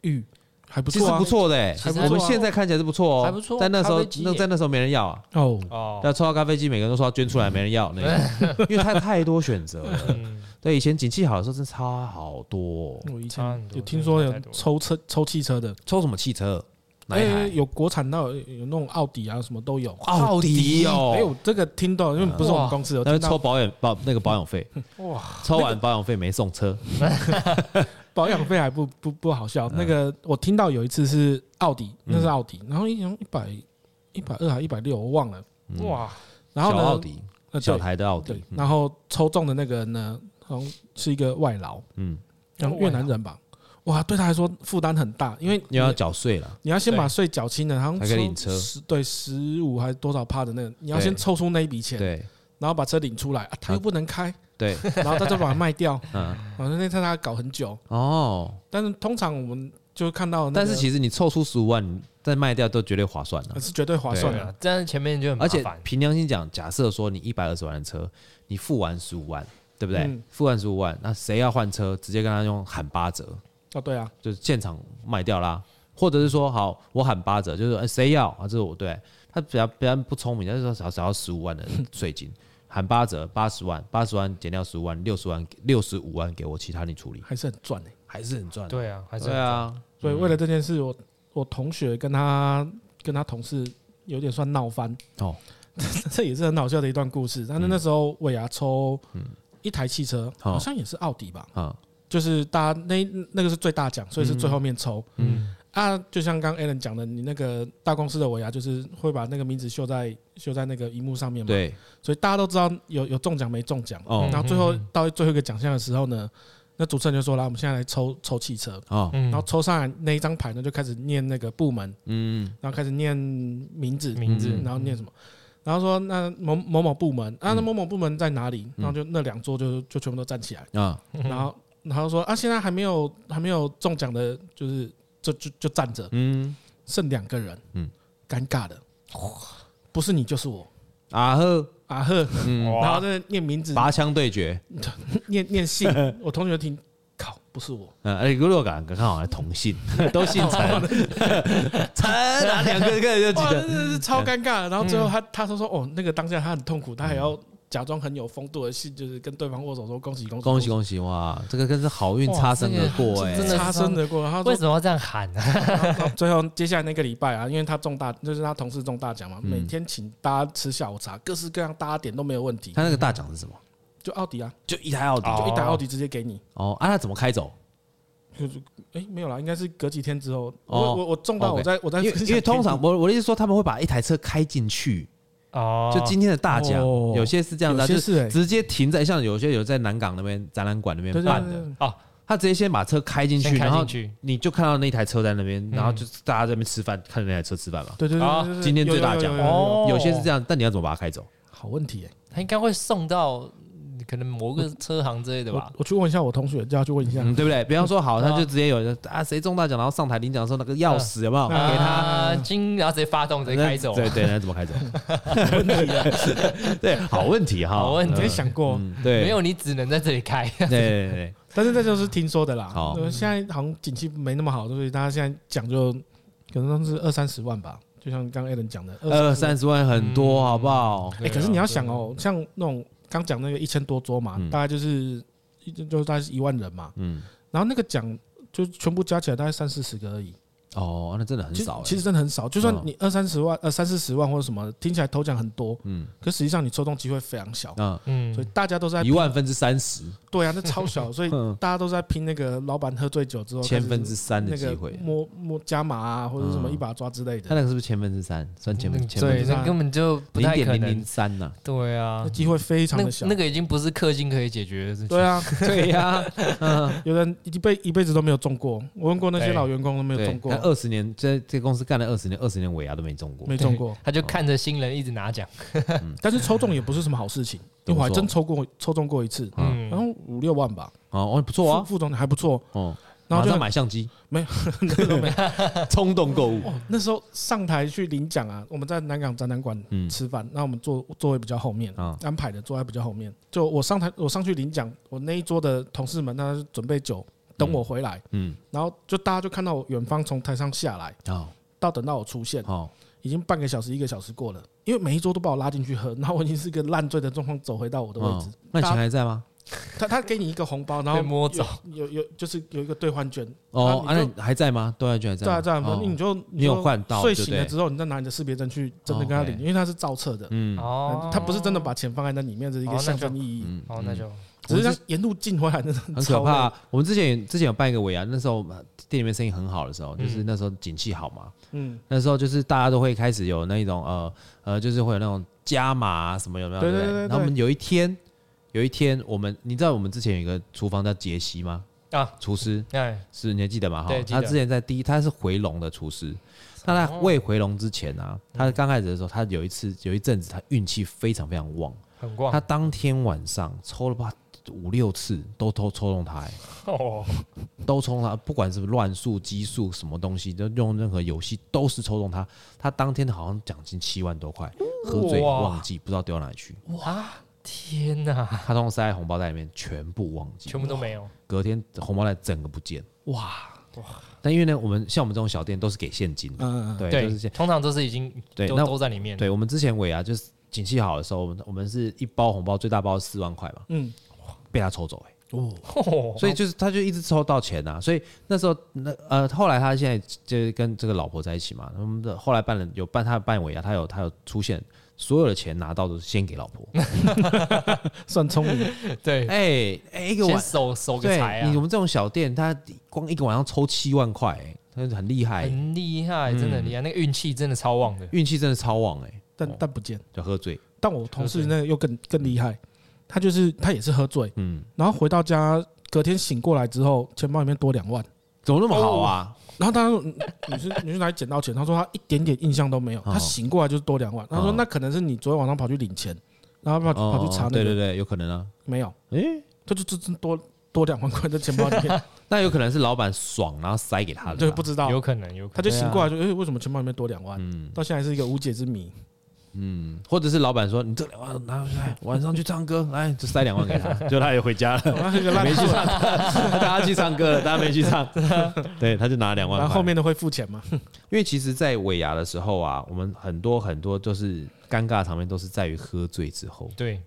玉还不
其实
错啊
不，错的欸
其实还，不错啊
我们现在看起来是不错哦，
还不错
但那时候
咖啡机耶
那在那时候没人要啊。
哦，
哦，
那抽到咖啡机，每个人都说要捐出来，没人要那个， 因为它太多选择了。
嗯，
对，以前景气好的时候真的差好多哦、
我以
差很
前
多
有听说
真的
有
差太多
抽车抽汽车的，
抽什么汽车？哪一台？
哎有国产到有有那种奥迪啊，什么都有。
奥迪
哎，
哦
我，这个听到，因为不是我们公司有
那
听
边抽
到
保险保那个保养费，
哇，
抽完保养费没送车，
保养费还不不不好
嗯
笑。那个我听到有一次是奥迪，那是奥迪，然后一一百一百二还一百六，我忘了。
哇，
然后
嗯小奥
呢，
迪，
呃
小
对
台的奥
对
迪，，嗯
然后抽中的那个人呢，好像是一个外劳，
嗯，
然后越南人吧。哇，对他来说负担很大，因为
又要缴税了，
你要先把税缴清了，好像
才可以领
抽
车
十对十五还是多少趴的那个，你要先
对
抽出那一笔钱，
对
然后把车领出来，啊、他又不能开，
对，
然后他就把它卖掉，
嗯，
反正那次他搞很久。
哦，
但是通常我们就看到那个、
但是其实你凑出十五万，你再卖掉都绝对划算了
呃。是绝对划算
对
的，
啊，但是前面就很麻
而且
烦，
凭良心讲，假设说你一百二十万的车，你付完十五万，对不对
嗯？
付完十五万，那谁要换车，直接跟他用喊八折，
哦对啊，
就是现场卖掉啦，或者是说好我喊八折，就是哎谁、要啊？这是我对他比较比较不聪明，他就说少少要十五万的税金， 喊八折八十万，八十万减掉十五万，六十万六十五万给我，其他你处理，
还是很赚的、
还是很赚。
对啊，还是
对啊，
所以为了这件事，我我同学跟他跟他同事有点算闹翻，
哦，
这也是很好笑的一段故事。但是那时候尾牙抽一台汽车，
好
好像也是奥迪吧，
啊、
就是大家那那个是最大奖，所以是最后面抽。
嗯，
啊，就像刚 Alan 讲的，你那个大公司的尾牙就是会把那个名字绣在绣在那个荧幕上面嘛，，
对，
所以大家都知道有有中奖没中奖。
哦
嗯
然后最后到最后一个奖项的时候呢，那主持人就说了，我们现在来抽抽汽车，
哦，
嗯，
然后抽上来那一张牌呢，就开始念那个部门，
嗯，
然后开始念名字，
名字，
然后念什么。然后说那某某某部门啊，那某某部门在哪里？然后就那两桌就就全部都站起来，
啊，
然后然后说啊，现在还没有还没有中奖的，就是就就就站着，
嗯，
剩两个人，
嗯
嗯，尴尬的，不是你就是我，
啊呵，
啊呵，然后
嗯哇，
在那念名字，
拔枪对决，
念念姓，我同学听，靠，不是我，
嗯，而且如果敢刚好还同 姓，都姓陈， 陈啊，两个个就记
哇，
得
真的是超尴尬的。然后最后他他说说哦，那个当下他很痛苦，他还要假装很有风度的去，就是跟对方握手说恭喜恭喜
恭喜恭喜哇！这个更是好运
哇
擦身
这个
而过哎、
这真的是
擦身而过。然后
为
说
什么要这样喊啊呢、
最后接下来那个礼拜啊，因为他中大就是他同事中大奖嘛，
嗯
每天请大家吃下午茶，各式各样大家点都没有问题
他。那个大奖是什么？
就奥迪啊，
就一台奥迪
哦
就一台奥迪直接给你。
哦啊，他怎么开走？
就是哎没有啦，应该是隔几天之后，
哦
我我我中到
OK
我在我在
因为因为通常我我的意思说他们会把一台车开进去，
哦，
就今天的大奖
哦
有些是这样的啊，
有些
就是
欸
直接停在像有些有在南港那边展览馆那边办的，他直接先把车开进
先
去，
开
然后
进去，
你就看到那台车在那边，
嗯
然后就大家在那边吃饭，看着那台车吃饭嘛。
对对对
啊
对对对，
今天最大
有
奖
有有有有有有
哦
有些是这样，但你要怎么把它开走？
好问题哎。
他应该会送到嗯可能某个车行之类的吧
我？我去问一下我同学，叫他去问一下。
嗯，对不对？比方说好，
对啊
他就直接有人啊，谁中大奖，然后上台领奖的时候那个钥匙有没有
嗯
给他？
啊金，然后直接发动，直接嗯开走。
对对，那怎么开 走？ 对，好问题哈，
好问题
嗯
没想过，
嗯对，
没有你只能在这里开。
对，对对对，
但是这就是听说的啦。
好
呃现在好像景气没那么好，所以大家现在讲就可能是二三十万吧，就像刚刚 Alan 讲的
二
十万。
三十万很多，
嗯
好不好？
哎，可是你要想哦，像那种刚讲那个一千多桌嘛
啊嗯，
大概就是一就是大概是一万人嘛，
嗯，
然后那个奖就全部加起来大概三四十个而已。
哦，那真的很
其实
少欸。
其实真的很少。就算
嗯
你二三十万、呃三四十万或者什么，听起来头奖很多，
嗯
可实际上你抽中机会非常小，
啊，
嗯
所以大家都在
一万分之三十，
对啊，那超小，所以
嗯，
大家都在拼那个老板喝醉酒之后
千分之三的
那
机
个
会，
摸摸加码啊，或者是什么
嗯
一把抓之类
他
的，
那个是不是千分之三？算千分，千分
对，
之
嗯
三
那根本就不
零
太
点
可
零
能
零。三 呐。
对啊
那，机会非常
那
的小
那。个已经不是氪金可以解决的事 情。
对啊，
对呀，嗯，
有人一辈一辈子都没有中过，我问过那些
对
老员工都没有
对
中，过
那，二十年这这公司干了二十年，二十年尾牙都没中过
没，中过。
他就看着新人一直拿奖。
但是抽中也不是什么好事情，
怎么说
因为我还真抽过抽中过一次，
嗯
然，后五六万吧，
哦，哦不错
副
啊，
副总还不错，
哦，马
然后就
上 买相机，
没有
冲动购物，
哦，那时候上台去领奖啊，我们在南港展览馆
嗯
吃饭，那我们坐座位比较后面，
啊
安排的坐在比较后面。就我上台，我上去领奖，我那一桌的同事们，他准备酒等我回来，
嗯，
然后就大家就看到我远方从台上下来，
好，
到等到我出现，
好，
已经半个小时一个小时过了，因为每一桌都把我拉进去喝，然后我已经是个烂醉的状况走回到我的位置
嗯。那你
大
钱
家
还在吗？
他他给你一个红包，然
被
后
摸走，
有有就是有一个兑换券，
哦，啊，
啊你
那
就
你还在吗？对啊，就还在
对啊
吗。
对啊，
哦
你就
你有
就
换到对
睡
不
醒了
对
之后，你再拿你的识别证去真的跟他领，
OK
因为他是照册的。
嗯，
哦
嗯，他不是真的把钱放在那里面，这是一个
哦那
象
就
征意义。
嗯
哦，那就
只是像沿路进回来的，
很可怕。我们之前之前有办一个尾牙，那时候呃店里面生意很好的时候，就是那时候景气好嘛，
嗯，
那时候就是大家都会开始有那种呃呃，就是会有那种加码啊什么有没有？
对
不
对对对
然后我们有一天有一天，我们你知道我们之前有一个厨房叫杰西吗？
啊，
厨师
哎，
是你还记得吗？哈
对，记
他
得
之前在第一，他是回笼的厨师。他在喂回笼之前啊，他刚开始的时候，他有一次有一阵子，他运气非常非常旺，
很旺
他。当天晚上抽了吧五六次，都抽抽中他、欸，
哦，
都抽中他，不管是乱数、奇数什么东西，都用任何游戏都是抽中他。他当天好像奖金七万多块，
嗯
喝醉
哇
忘记不知道丢到哪里去，
哇，天哪，
他从塞在红包袋里面全部忘记，
全部都没有。
隔天红包袋整个不见。
哇，
但因为呢，我们像我们这种小店都是给现金的，
嗯，
对，就是
对，
现
通常都是已经
对
都
那
都在里面。
对。我们之前尾牙就是景气好的时候，我们我们是一包红包最大包四万块嘛，
嗯，
被他抽走、欸
哦，
哦，
所以就是他就一直抽到钱呐、所以那时候那呃后来他现在就是跟这个老婆在一起嘛，他们的后来办了有办他的办尾牙，他有他有出现，所有的钱拿到都是先给老婆，
算聪明，
对，
哎哎一个
先
晚
守守个
对
财，
你我
啊，
们这种小店，他光一个晚上抽七万块、哎他很厉害、
很厉害，真的很厉害，那个运气真的超旺的。
运气真的超旺哎、
但但不见。
就喝醉，
但我同事那个又更更厉害，他就是他也是喝醉，
嗯，
然后回到家隔天醒过来之后，钱包里面多 两万，
怎么那么好啊？
然后他说嗯你是你是哪里捡到钱？他说他一点点印象都没有，
哦
他醒过来就是多两万。他
哦
说那可能是你昨天晚上跑去领钱，然后跑去哦跑去查
对
那
对
个
对，有可能啊，
没有，
哎、
他就就就多多两万块在钱包 里面，
那有可能是老板爽，然后塞给他的，
嗯对，不，知道，
有可能，有可
啊他就醒过来就哎为什么钱包里面多两万？
啊嗯
到现在是一个无解之 谜。
嗯，或者是老板说你这两万拿回来，晚上去唱歌，来就塞两万给他，就他也回家了。
然哦后那个烂
没去唱， 大家去唱歌了，大家没去唱，对，他就拿两万
然
块。
后后面的会付钱嘛？
因为其实，在尾牙的时候啊，我们很多很多就是尴尬的场面都是在于喝醉之后
能，对，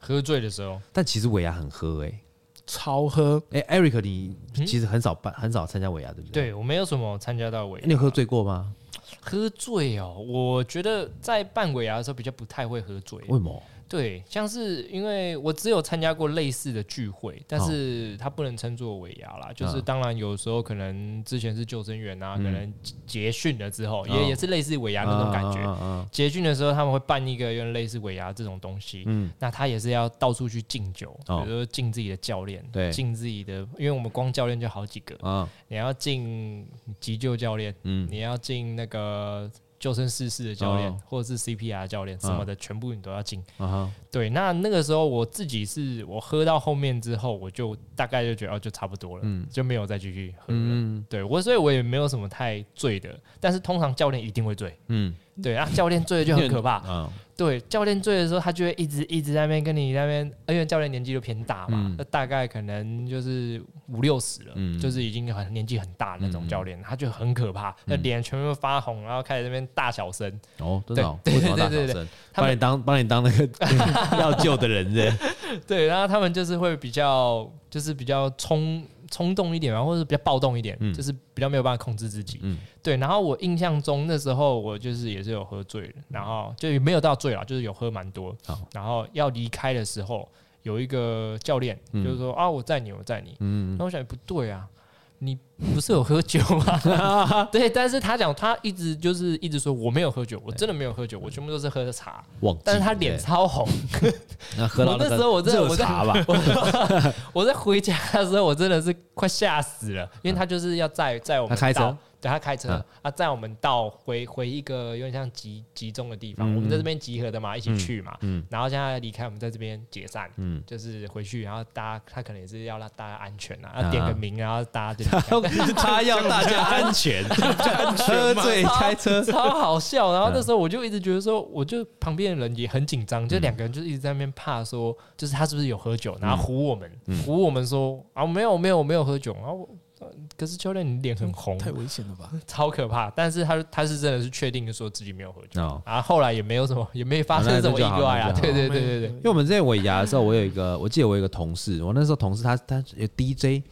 喝醉的时候，
但其实尾牙很喝哎、
超喝，
欸、哎、Eric，你
嗯
其实很少办、很少参加尾牙，对不对？
对我没有什么参加到尾牙，
你有喝醉过吗？
喝醉哦，我觉得在办尾牙的时候比较不太会喝醉。
为什么？
对，像是因为我只有参加过类似的聚会，但
啊
是它不能称作尾牙啦。就是
嗯
当然有时候可能之前是救生员啊，
嗯
可能结训了之后，
哦
也也是类似尾牙那种感觉。
嗯嗯
结训的时候他们会办一个有点类似尾牙这种东西。
嗯，
那他也是要到处去敬酒，
哦
比如说敬自己的教练，
对
敬自己的，因为我们光教练就好几个，
嗯
你要敬急救教练，
嗯
你要进那个救生世事的教练，
哦
或者是 CPR 教练什么的，全部你都要进。
嗯啊
对，那那个时候我自己是我喝到后面之后，我就大概就觉得哦，就差不多了，
嗯
就没有再继续喝了。
嗯
对我，所以我也没有什么太醉的，但是通常教练一定会醉。
嗯，
对啊，教练醉了就很 可怕。
嗯
对，教练醉的时候，他就会一直一直在那边跟你那边，因为教练年纪就偏大嘛
嗯，
那、大概可能就是五六十了，
嗯
就是已经很年纪很大的那
嗯
种教练，他就很可怕，那、脸全部发红，然后开始在那边大小声。
哦，真的哦，
对
为什么要大
对对
小
对
声？
他
把你
们
当把你当那个 要救的人是不是
对，然后他们就是会比较就是比较冲冲动一点嘛，或者是比较暴动一点，
嗯
就是比较没有办法控制自己。
嗯
对，然后我印象中那时候我就是也是有喝醉了，然后就也没有到醉了，就是有喝蛮多
好。
然后要离开的时候，有一个教练
嗯
就是说、啊，我载你，我载你。
嗯
然后我想不对啊，你不是有喝酒 吗？对，但是他讲他一直就是一直说我没有喝酒，我真的没有喝酒，我全部都是喝的茶。
忘记，
但是他脸
对
超红，
那喝到
我
那
那
个
时候我真的
热茶吧，
我 在回家的时候，我真的是快吓死了，因为他就是要载载我们
他开车
到，对他开车、
嗯
啊，载我们到回回一个有点像集集中的地方，
嗯
我们在这边集合的嘛，一起去嘛，
嗯
然后现在离开，我们在这边解散。
嗯，
就是回去，然后大家他可能也是要让大家安全啊，
啊
要点个名，然后大 家就离开
他要大家安 全，喝醉开车，
超好笑。然后
嗯
那时候我就一直觉得说，我就旁边的人也很紧张，就两个人就一直在那边怕说，就是他是不是有喝酒，然后唬我们，
嗯
唬我们说啊没有没有我没有喝酒，然后我。哦可是教练，你脸很
嗯
红，
太危险了吧？
超可怕。但是他他是真的是确定说自己没有喝酒，
哦
然后后来也没有什么，也没发
啊那就
生什么意
好嗯
外
那
啊。
就好
对对对对对，
因为我们在尾牙的时候，我有一个，我记得我有一个同事，我那时候同事他他有 DJ，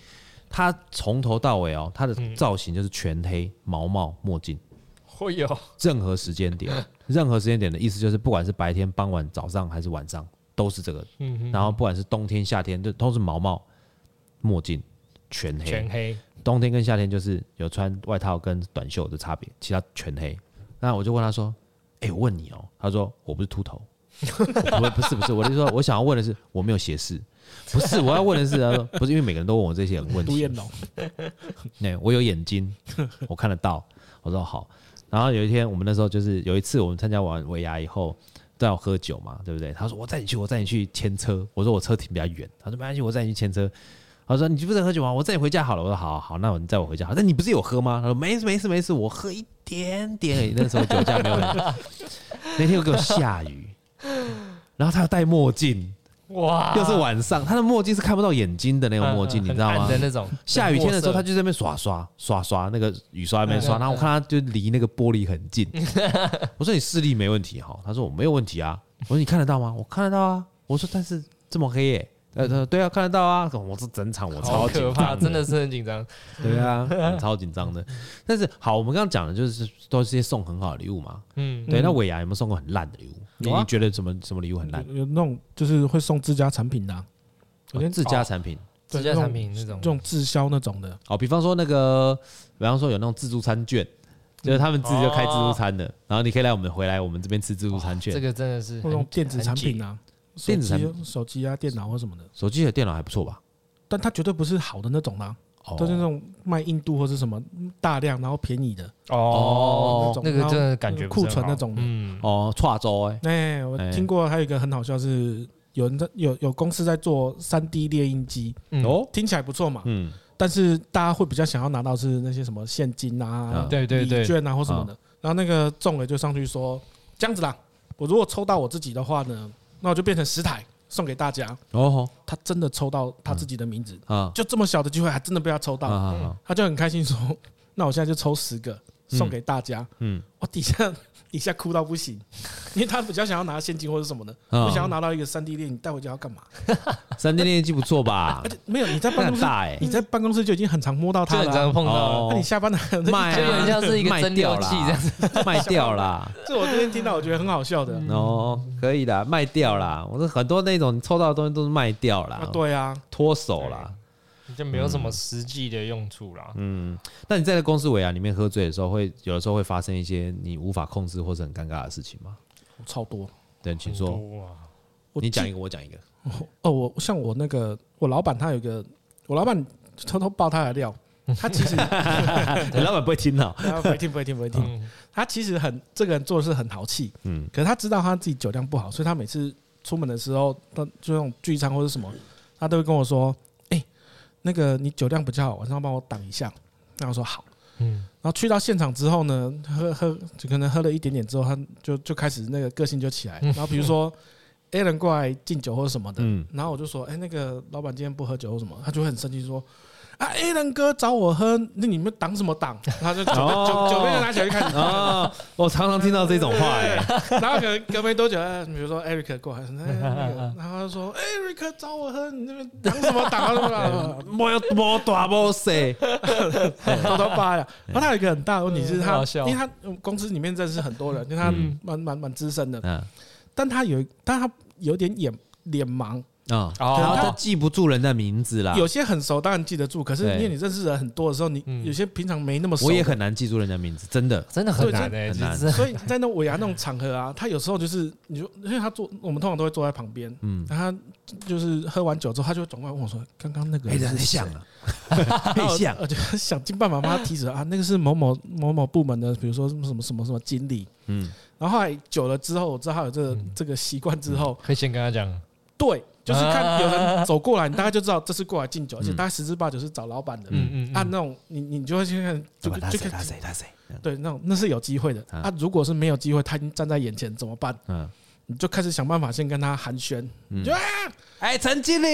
他从头到尾哦，他的
嗯
造型就是全黑毛帽墨镜，
会有
任何时间
嗯
点，任何时间点的意思就是，不管是白天、傍晚、早上还是晚上，都是这个。
嗯
然后不管是冬天、夏天，就都是毛帽墨镜全黑，
全黑，
冬天跟夏天就是有穿外套跟短袖的差别，其他全黑。那我就问他说：“哎、我问你哦、他说：“我不是秃头。” 我不是不是，我就说我想要问的是我没有斜视，不是我要问的是，他说不是因为每个人都问我这些 问
呃独
题，
眼龙，
对，我有眼睛，我看得到。我说好。然后有一天，我们那时候就是有一次我们参加完尾牙以后，都要喝酒嘛，对不对？他说我载你去，我载你去牵车。我说我车停比较远。他说没关系，我载你去牵车。他说你去不是喝酒吗？我载你回家好了。我说好好好，那我你载我回家好。那你不是有喝吗？他说没事没事没事，我喝一点点而已。那时候酒驾没有很。那天又给我下雨，然后他要戴墨镜，
哇，
又是晚上，他的墨镜是看不到眼睛的那种墨镜，
嗯嗯
你知道
很
吗
暗？的那种。
下雨天的时候，他
很墨色
就在那边刷刷刷刷那个雨刷在那边刷，然后我看他就离那个玻璃很近。 我说你视力没问题哈？他说我没有问题啊。我说你看得到吗？我看得到啊。我说但是这么黑耶、呃，他说对啊，看得到啊。我这整场我
好
超紧
可怕，
张，
真的是很紧张。
对 啊，我超紧张的。但是好，我们刚刚讲的就是都是些送很好的礼物嘛。
嗯，
对，那尾牙有没有送过很烂的礼物？你
有啊
你觉得什么什么礼物很烂？
有有那种就是会送自家产品的啊，
哦
有点
自家产品
自
对
家
那种
产品那种
这种滞销那种的，
哦，比方说那个，比方说有那种自助餐券，就是他们自己就开自助餐的，然后你可以来我们回来我们这边吃自助餐券。
哦这个真的是
或那种
很
电子产品啊，手
电子产
机、手机啊、电脑或什么的，
手机的电脑还不错吧？
但它绝对不是好的那种啦，
哦
都是那种卖印度或是什么大量然后便宜的，
哦
那
种
那个
然后
真的感觉不是
库存
很好
那种的
嗯，
哦，跨州哎，
哎，我
哎
听过还有一个很好笑是，有人在有有公司在做三 D 猎印机，
嗯
哦，
听起来不错嘛，
嗯，
但是大家会比较想要拿到是那些什么现金啊
嗯、
对对对
礼券啊或什么的。然后那个仲伟就上去说：“这样子啦，我如果抽到我自己的话呢，那我就变成十台送给大家。
哦”
他真的抽到他自己的名字，
啊
就这么小的机会，还真的被他抽
啊
到，
啊
他就很开心说：“那我现在就抽十个，送给大家，
嗯，
我底下底下哭到不行， 因为他比较想要拿现金或者什么的，
哎
嗯
我想要拿到一个三 D 链，你带回家要干嘛？
三 D 练习不错吧？
哎
没有，你在
那
办 公
很
室，
大哎、
你在办公室就已经很常摸到
就
它
很
了啊、
常碰到，
哦
那 你下班了还有那
卖、
就有点
啊
像，是一个
卖
蒸
掉
馏器
啦
这样子，
卖掉 啦。
这我那天听到，我觉得很好笑的。
哦，可以的，卖掉啦。我说很多那种抽到的东西都是卖掉
啊
啦，，
对啊，
脱手啦。
就没有什么实际的用处啦。
那你在公司尾牙里面喝醉的时候会，有的时候会发生一些你无法控制或者很尴尬的事情吗？
超多。
对，请说，
啊
我
你
记
讲一个，嗯我讲 一个。
哦，我像我那个我老板他有一个，我老板偷偷爆他的料，他其实
你老板不会听到，
啊不会听不会听不会听，
嗯，
他其实很这个人做事很豪气，
嗯，
可是他知道他自己酒量不好，所以他每次出门的时候，他就那种聚餐或者什么，他都会跟我说：“哎、那个你酒量比较好，晚上帮我挡一下。”那我说好。
嗯，
然后去到现场之后呢，喝喝就可能喝了一点点之后，他就就开始那个个性就起来。然后比如说 A 人过来敬酒或者什么的，
嗯
然后我就说：“哎、那个老板今天不喝酒或什么？”他就会很生气说。啊，A 人哥找我喝，那你们挡什么挡？他就酒杯酒酒杯就拿起来就开始喝
哦，我常常听到这种话、哎，
然后可能隔没多久，呃比如说 Eric 过来，那那个然后他就说哎 Eric 找我喝，你那边挡什么挡啊什么挡，
莫要莫大莫塞，
偷偷扒呀。然后他有一个很大的问题是
嗯
他
好，笑
因为他公司里面认识很多人，因为他
嗯
蛮蛮蛮资深的，
嗯
但他有但他有点眼脸盲，
啊，
哦
然后他记不住人的名字啦。
有些很熟当然记得住，可是
啊对
因为你认识人很多的时候，你
嗯
有些平常没那么熟，
我也很难记住人家名字，真的。
真的很难哎，
很难
就是
所以在那尾牙那种场合啊，他有时候就是，你就因为他坐，我们通常都会坐在旁边，嗯
嗯，
他就是喝完酒之后，他就会转过来问我说：“刚刚那个
哎，
人
人
是
很
谁
像啊， 很像
我就想尽办法帮他提醒啊，那个是某某某某部门的，比如说什么什么什么什么经理。
嗯，
然后后来久了之后，我知道他有这个
嗯
这个习惯之后，
可以先跟他讲，
对，就是看
啊
有人走过来，你大概就知道这是过来敬酒，而且
嗯
大概十之八九是找老板的。
嗯嗯
按那种你你就会去看，就
老板他
就
谁
看
他谁他谁，嗯
对那种那是有机会的。
啊
啊，如果是没有机会，他已经站在眼前怎么办？
嗯。
你就开始想办法先跟他寒暄，
哎，陈经理，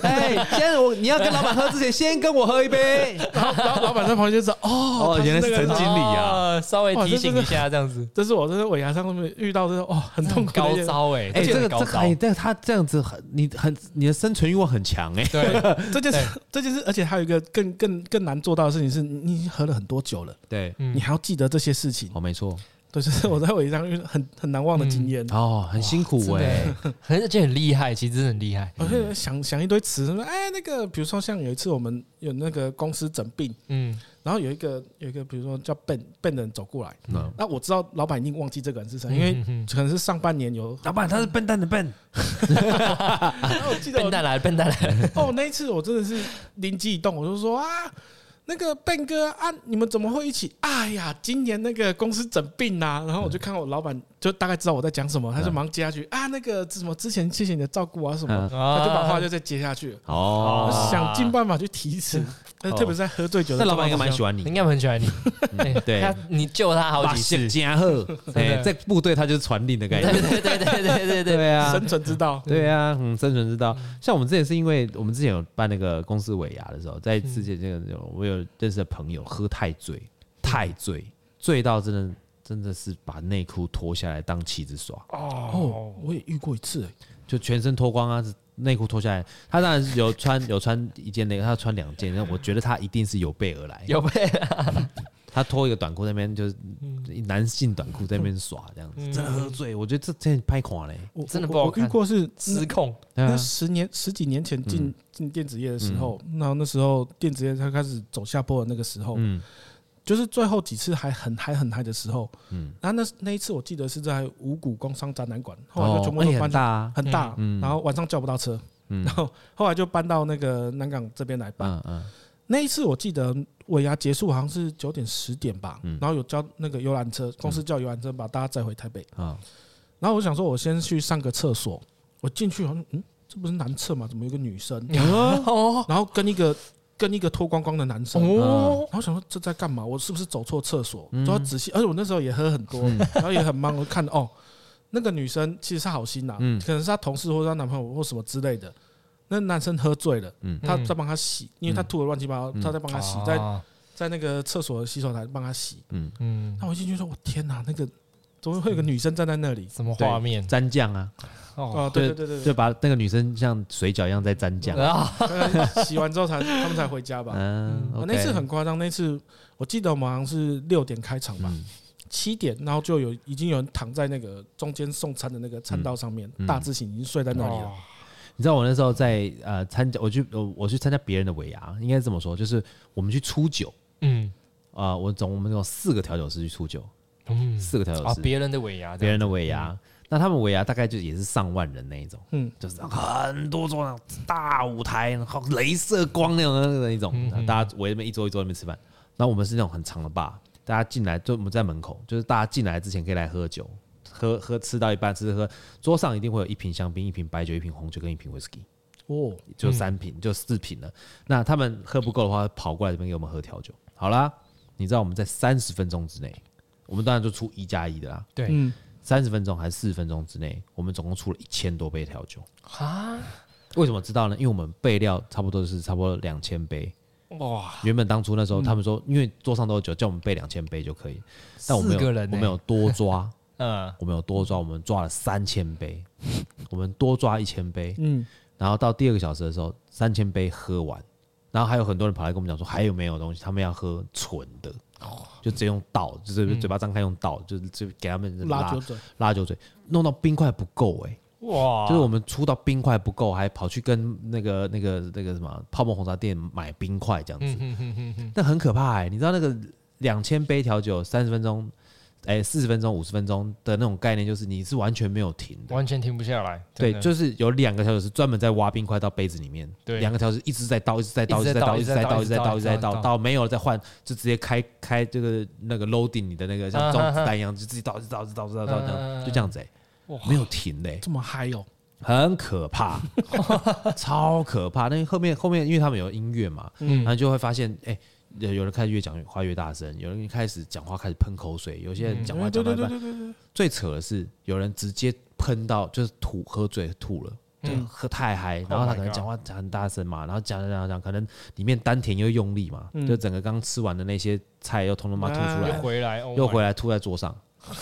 哎，今天我你要跟老板喝之前，先跟我喝一杯。
然后然后老板在旁边就知道哦，
哦
他
原来
那
是
个
陈经理啊
哦，稍微提醒一下这样子，
这是我在尾牙上面遇到的哦，很痛苦的一
高
件
招 哎，
哎，这
真
个
的
这
高
个，
招，
哎，但他这样子很，你很你的生存欲望很强哎。
对，
这件事，这件事，而且还有一个更更更难做到的事情是，你已经喝了很多酒了，
对，
嗯
你还要记得这些事情，
哦，没错，
对，这是我在尾上遇到很很难忘的经
嗯
验。
哦，很辛苦
真的
哎。
欸，很而且很厉害，其实真的很厉害，
我就想想一堆词，什么哎，那个，比如说像有一次我们有那个公司整病，
嗯，
然后有一个有一个，比如说叫 Ben Ben 的人走过来，
嗯
那我知道老板一定忘记这个人是谁，因为
嗯嗯嗯
可能是上半 年有，
老板，他是笨蛋的笨。
然后我记得
笨
我
蛋来了，笨蛋来了，
哦，那一次我真的是灵机一动，我就说啊，那个 Ben 哥啊，你们怎么会一起？哎呀，今年那个公司整病啦、然后我就看我老板，就大概知道我在讲什么，他就忙接下去啊，那个什么之前谢谢你的照顾啊什么，
嗯
他
他
就把话就再接下去了。我
哦，
想尽办法去提词，呃特别是在喝醉酒的
那老
状
板
况
应
下。
该蛮喜欢你
应。该很喜欢你，哎
对
他你救他好几次，
加贺，哎，
的
在部队他就是传令的概
对
念。
对对对对对对，
对啊，
生存之道。
对啊，嗯，生存之道。像我们之前是因为我们之前有办那个公司尾牙的时候，在之前这个我有认识的朋友喝太醉，太醉，醉到真的真的是把内裤脱下来当旗子耍，
哦，我也遇过一次、欸，
就全身脱光啊，内裤脱下来。他当然是有穿有穿一件内裤，他穿两件，那我觉得他一定是有备而来。
有被
他脱一个短裤在那边就是
嗯
男性短裤在那边耍这样子，真的喝醉，我觉得这真的拍垮嘞。
我
真的
我
不好
我遇
看
过是那
失控，
对啊
那十年十几年前
嗯
进进电子业的时候，然后那时候电子业它开始走下坡的那个时候，
嗯
就是最后几次还很嗨很嗨的时候，
嗯，
然后那那一次我记得是在五谷工商展览馆，后来就全
哦，
部
而
都
且
搬
很
去
大啊，
很大，
嗯嗯
然后晚上叫不到车，
嗯
然后后来就搬到那个南港这边来办。
嗯嗯
那一次我记得尾牙结束好像是九点十点吧，然后有叫那个游览车，公司叫游览车把大家载回台北，
啊，
然后我想说我先去上个厕所，我进去好像嗯，这不是男厕吗？怎么有个女生？
哦
然后跟一个跟一个脱光光的男生，
哦，
然后想说这在干嘛？我是不是走错厕所？都要仔细，而且我那时候也喝很多，然后也很忙，我看哦，那个女生其实是好心呐，
嗯
可能是她同事或者她男朋友或什么之类的。那男生喝醉了，
嗯
哦
他在帮他洗，因为他吐的乱七八糟，他在帮他洗，在在那个厕所的洗手台帮他洗。
嗯，
嗯
那，我一进去说，我天哪，那个怎么会有个女生站在那里？
什么画面
沾酱啊，
哦
哦，对对对
就
对
把那个女生像水饺一样在沾酱。
嗯
啊，
对，洗完之后才他们才回家吧。
嗯，OK，
我哦那次很夸张，那次我记得我们好像是六点开场吧，
嗯
七点，然后就有已经有人躺在那个中间送餐的那个餐道上面，
嗯
大字型已经睡在那里了。
哦
你知道我那时候在呃参加，我去我我去参加别人的尾牙，应该是这么说，就是我们去出酒
嗯
啊、呃我总我们有四个调酒师去出酒，
嗯，
四个调酒
啊
师，，
别人的尾牙，
别人的尾
嗯
牙，那他们尾牙大概就也是上万人那一种，
嗯，
就是很多桌那种大舞台，然后镭射光那种那那一种，
嗯嗯
大家围那边一桌一桌那边吃饭。然后我们是那种很长的吧，大家进来就我们在门口，就是大家进来之前可以来喝酒，喝喝吃到一半吃喝，桌上一定会有一瓶香槟、一瓶白酒、一瓶红酒跟一瓶 whisky，
哦，
嗯
就三瓶、就四瓶了。那他们喝不够的话，跑过来这边给我们喝调酒。好啦，你知道我们在三十分钟之内，我们当然就出一加一的啦。
对
嗯，
三十分钟还是四十分钟之内，我们总共出了一千多杯调酒。
啊，
为什么知道呢？因为我们备料差不多是差不多两千杯。
哇，
原本当初那
嗯
时候他们说，因为桌上都有酒，叫我们备两千杯就可以。但我们
四
有
个人，
我们，有多抓，
嗯，
我们有多抓，我们抓了三千杯，我们多抓一千杯。
嗯，
然后到第二个小时的时候，三千杯喝完，然后还有很多人跑来跟我们讲说还有没有东西，他们要喝纯的，就直接用倒，就是嘴巴张开用倒，就是就给他们
拉
拉
酒嘴，
拉酒嘴，弄到冰块不够哎、
哇，
就是我们出到冰块不够，还跑去跟那个那个那个什么泡沫红茶店买冰块这样子，
嗯哼哼哼，
那很可怕哎、你知道那个两千杯调酒三十分钟，哎四十分钟五十分钟的那种概念，就是你是完全没有停的。
完全停不下来，
对
真，的
就是有两个调酒师专门在挖冰块到杯子里面，
对
两个调酒师一直在倒，一直在倒，
一
一
直
直在
在倒
倒，一直在倒，一直在倒，一直在
一直在倒
倒，倒没有了再换，就直接开开这个那个 loading 你的那个像
啊
中
哈
子
哈
弹一样，就自己倒，一直倒，一直倒，一直倒，一直倒这
嗯嗯嗯
样就这样子哎，
哇
没有停欸嘞，
这么嗨哦，
很可怕， 超可怕。那后面后面，因为他们有音乐嘛，
嗯
然后就会发现，哎、有有人开始越讲话越大声，有人开始讲话开始喷口水，有些人
嗯
讲话
哎对
讲到
对
一
对
半，
对对对，
最扯的是有人直接喷到就是吐喝醉吐了。对，喝太嗨，然后
嗯 Oh my
他可能
God
讲话讲很大声嘛，然后讲讲讲讲，可能里面丹田又用力嘛，就整个刚吃完的那些菜又通通嘛吐出来
嗯哎又，回来，
Oh
oh
又回
来，
来吐在桌上。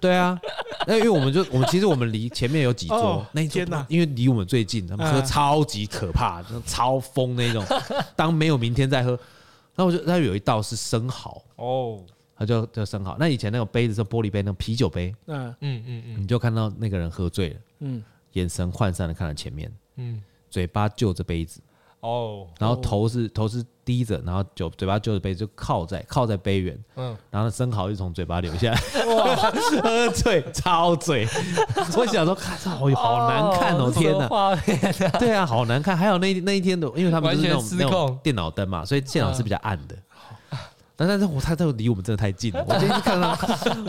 对啊，那因为我们就我们其实我们离前面有几桌
哦，
那一桌
天哪
因为离我们最近，他们喝
嗯
超级可怕，就超疯 那种。当没有明天再喝，然后我就那有一道是生蚝，
哦，
他就就生蚝。那以前那种杯子是玻璃杯，那种啤酒杯，
嗯
嗯嗯嗯
你就看到那个人喝醉了，
嗯，
眼神涣散的看着前面，
嗯，
嘴巴就着杯子，
哦，
然后头是头是低着，然后酒嘴巴就着杯子就靠在靠在杯缘，
嗯，
然后生蚝就从嘴巴流下来， 喝醉，超 醉。我想说，看这好好难看哦，天哪！
哪，
对啊，好难看。还有那 一那一天的，因为他们就是那
完
种
全失
那
控
种电脑灯嘛，所以现场是比较暗的。但但是我他都离我们真的太近 了，我今天去看到，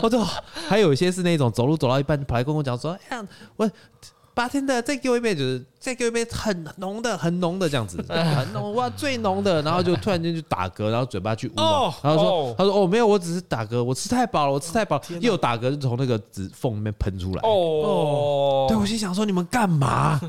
我就还有一些是那种走路走到一半跑来跟我讲说，哎呀，我八天的再给我一杯，就是再给我一杯很浓的、很浓的这样 子，很浓哇最浓的，然后就突然间就打嗝，然后嘴巴去捂嘛，
哦
然后说、
哦
他说哦没有，我只是打嗝，我吃太饱了，我吃太饱了，又打嗝就从那个指缝里面喷出来，
哦，
对，我心想说你们干嘛？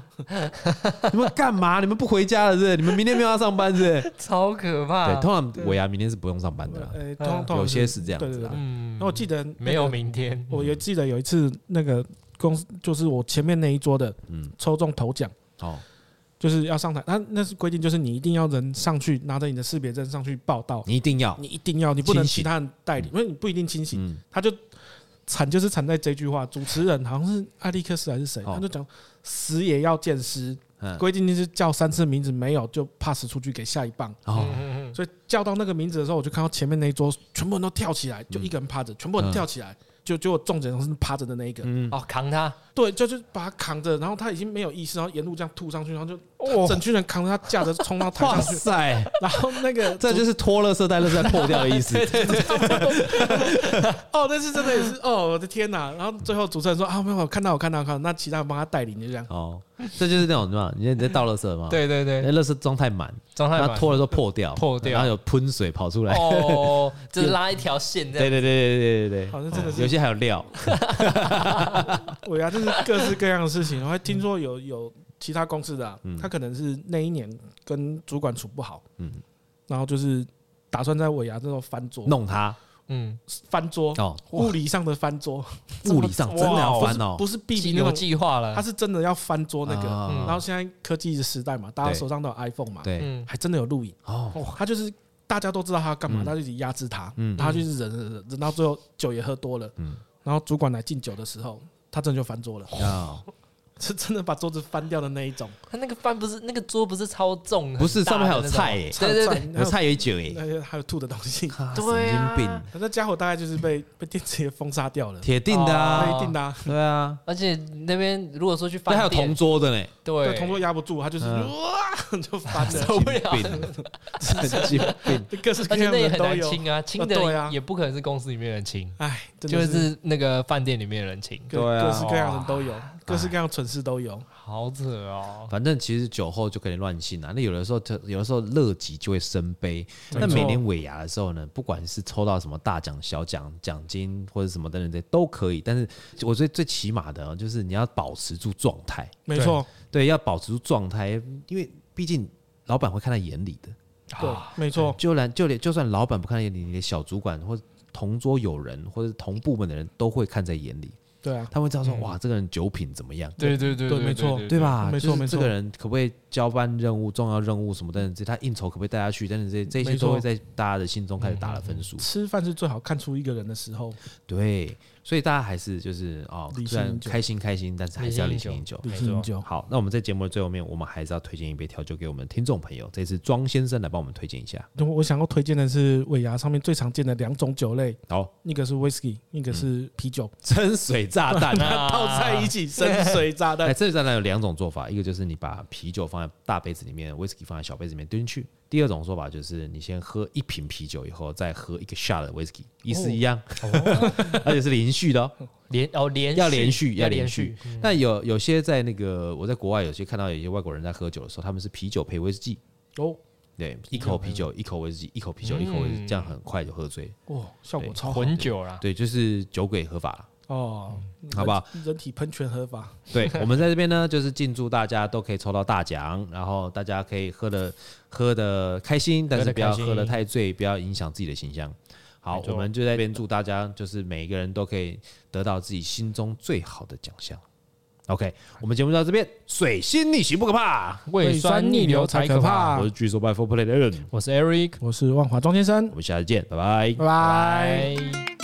你们干嘛？你们不回家了是不是？你们明天没有要上班是不是？
超可怕，
对，通常尾牙明天是不用上班的啦，
呃，通通
啊嗯有些是这样子啊
对对
啦
对。
嗯
那我记得
没有，明天，
嗯
我也记得有一次那个公司就是我前面那一桌的，
嗯
抽中头奖。
哦，
就是要上台，他那是规定，就是你一定要人上去拿着你的识别证上去报道，
你一定要，
你一定要，你不能
清醒
其他人代理，因为你不一定清醒。
嗯，
他就惨就是惨在这句话，主持人好像是艾利克斯还是谁，
哦
他就讲死也要见尸
嗯，
规定就是叫三次名字，没有就 pass 出去给下一棒。
然后
嗯嗯
所以叫到那个名字的时候，我就看到前面那一桌全部人都跳
嗯
起来，就一个人趴着，全部人跳起来，就就重点是趴着的那一个，
嗯哦，扛他，
对，就就把他扛着，然后他已经没有意识，然后沿路这样吐上去，然后就
哦
整群人扛着他架着冲到台
哇
上去，
塞，
然后那个
这就是脱了色带乐色破掉的意 思。
哦，但是真的也是哦，我的天哪！然后最后主持人说啊，没有，我看到我看到我看到，那其他人帮他带领，就这样。
哦，这就是那种什么，你在倒乐色嘛？，
对对对，
那乐色装太满，
状态
然后脱了之后破掉，
破掉
然后有喷水跑出来。
哦，就是拉一条线这
对
样，
对对对对对
好
对
像真的
有
是，
些还有料，
我啊呀，就是各式各样的事 情。我还听说
嗯
有有其他公司的啊、他可能是那一年跟主管处不好，嗯，然后就是打算在尾牙这时候翻桌，
弄他
嗯，
翻桌，
哦，
物理上的翻桌，
物理上真的要翻哦，
不是避避
计
那
有
种，
计划
他
了，
是真的要翻桌那个。
啊
嗯
然后现在科技的时代嘛，大家
对
手上都有 iPhone 嘛，
对
嗯
还真的有录影。
哦，
哦，他就是大家都知道他要干嘛，
嗯
他就一直压制他，
嗯
他就是忍忍忍，忍到最后酒也喝多了，
嗯
然后主管来敬酒的时候，他真的就翻桌了，
哦，
是真的把桌子翻掉的那一种。
他那个饭不是那个桌不是超重，
不是
很大
上面还有
的那种
菜耶，
对对对，
有菜有酒耶，
那些还有吐的东 西，
啊神
对
经
啊
病，
那家伙大概就是被被电子业封杀掉了，
铁定的
那
啊，
一定的啊。
对啊，
而且那边如果说去
那
饭
还有
店
同桌的呢，
对，
对
同桌压不住，他就是
嗯
哇就翻 了，
受不了，
病，神经病，
各式各
而且
样
那
的
也
人
很
都
难
有。
清啊，清
对啊
的也不可能是公司里面的人清，
哎，真
就
的
是那个饭店里面的人清，
各
对啊
各式各样的人都有，各式各样的蠢事都有。
好扯哦。
反正其实酒后就可以乱性啊。那有的时候，特有的时候乐极就会生悲。
没
那
错
每年尾牙的时候呢，不管是抽到什么大奖、小奖、奖金或者什么等等这都可以，但是我最最起码的哦就是你要保持住状态，
没错，
对，要保持住状态，因为毕竟老板会看在眼里的。
对，
啊
没错，
就连就连就算老板不看在眼里，你的小主管或同桌友人或者同部门的人都会看在眼里，
对啊，
他们会知道说、
嗯
哇，这个人酒品怎么样。
对对对
对没错
对？吧？
没错
就是
没
这
错
个人可不可以交办任务、重要任务什么等等这些，他应酬可不可以带他去等等这些，这
没
些
错
都会在大家的心中开始打了分数。
吃饭是最好看出一个人的时候，
对，所以大家还是就是哦
理，
虽
性饮
然
酒
开心开心，但是还是要理性饮酒。
理
没
性饮
错。
酒。
好，那我们在节目的最后面，我们还是要推荐一杯调酒给我们的听众朋友。这次庄先生来帮我们推荐一下。
我我想要推荐的是尾牙上面最常见的两种酒类，
好，
一个是 whisky，一个是啤酒，
深水炸弹
嗯啊
泡在一起深水炸
哎，
弹。
深水炸弹有两种做法，一个就是你把啤酒放在大杯子里面，whisky 放在小杯子里面丢进去；第二种说法就是你先喝一瓶啤酒，以后再喝一个 shot 的 whisky，意思一样， 而且是连续的哦。
连哦连
要哦连续要
要
连
连
续，嗯那有有些在那个我在国外有些看到有些外国人在喝酒的时候，他们是啤酒配威士忌，
哦，
对，一口啤酒一口威士忌，一口啤酒一口威士忌，
嗯
这样很快就喝醉。
哇，哦效果超好
混嗯酒啦，
对，就是酒鬼合法了。
哦，
好不好
人？人体喷泉合法，
对 我们在这边呢，就是敬祝大家都可以抽到大奖，然后大家可以喝的喝的开心，但是不要
开心
喝的太醉，不要影响自己的形象。好
没，错
我们就在这边祝大家，就是每一个人都可以得到自己心中最好的奖项。OK，我们节目到这边，水星逆行不可怕。
胃酸逆流才可怕。
我是巨兽派 Four Play 的 Aaron，
我是 Eric，
我是万华庄先生
我，们下次见，拜拜。
拜拜。
拜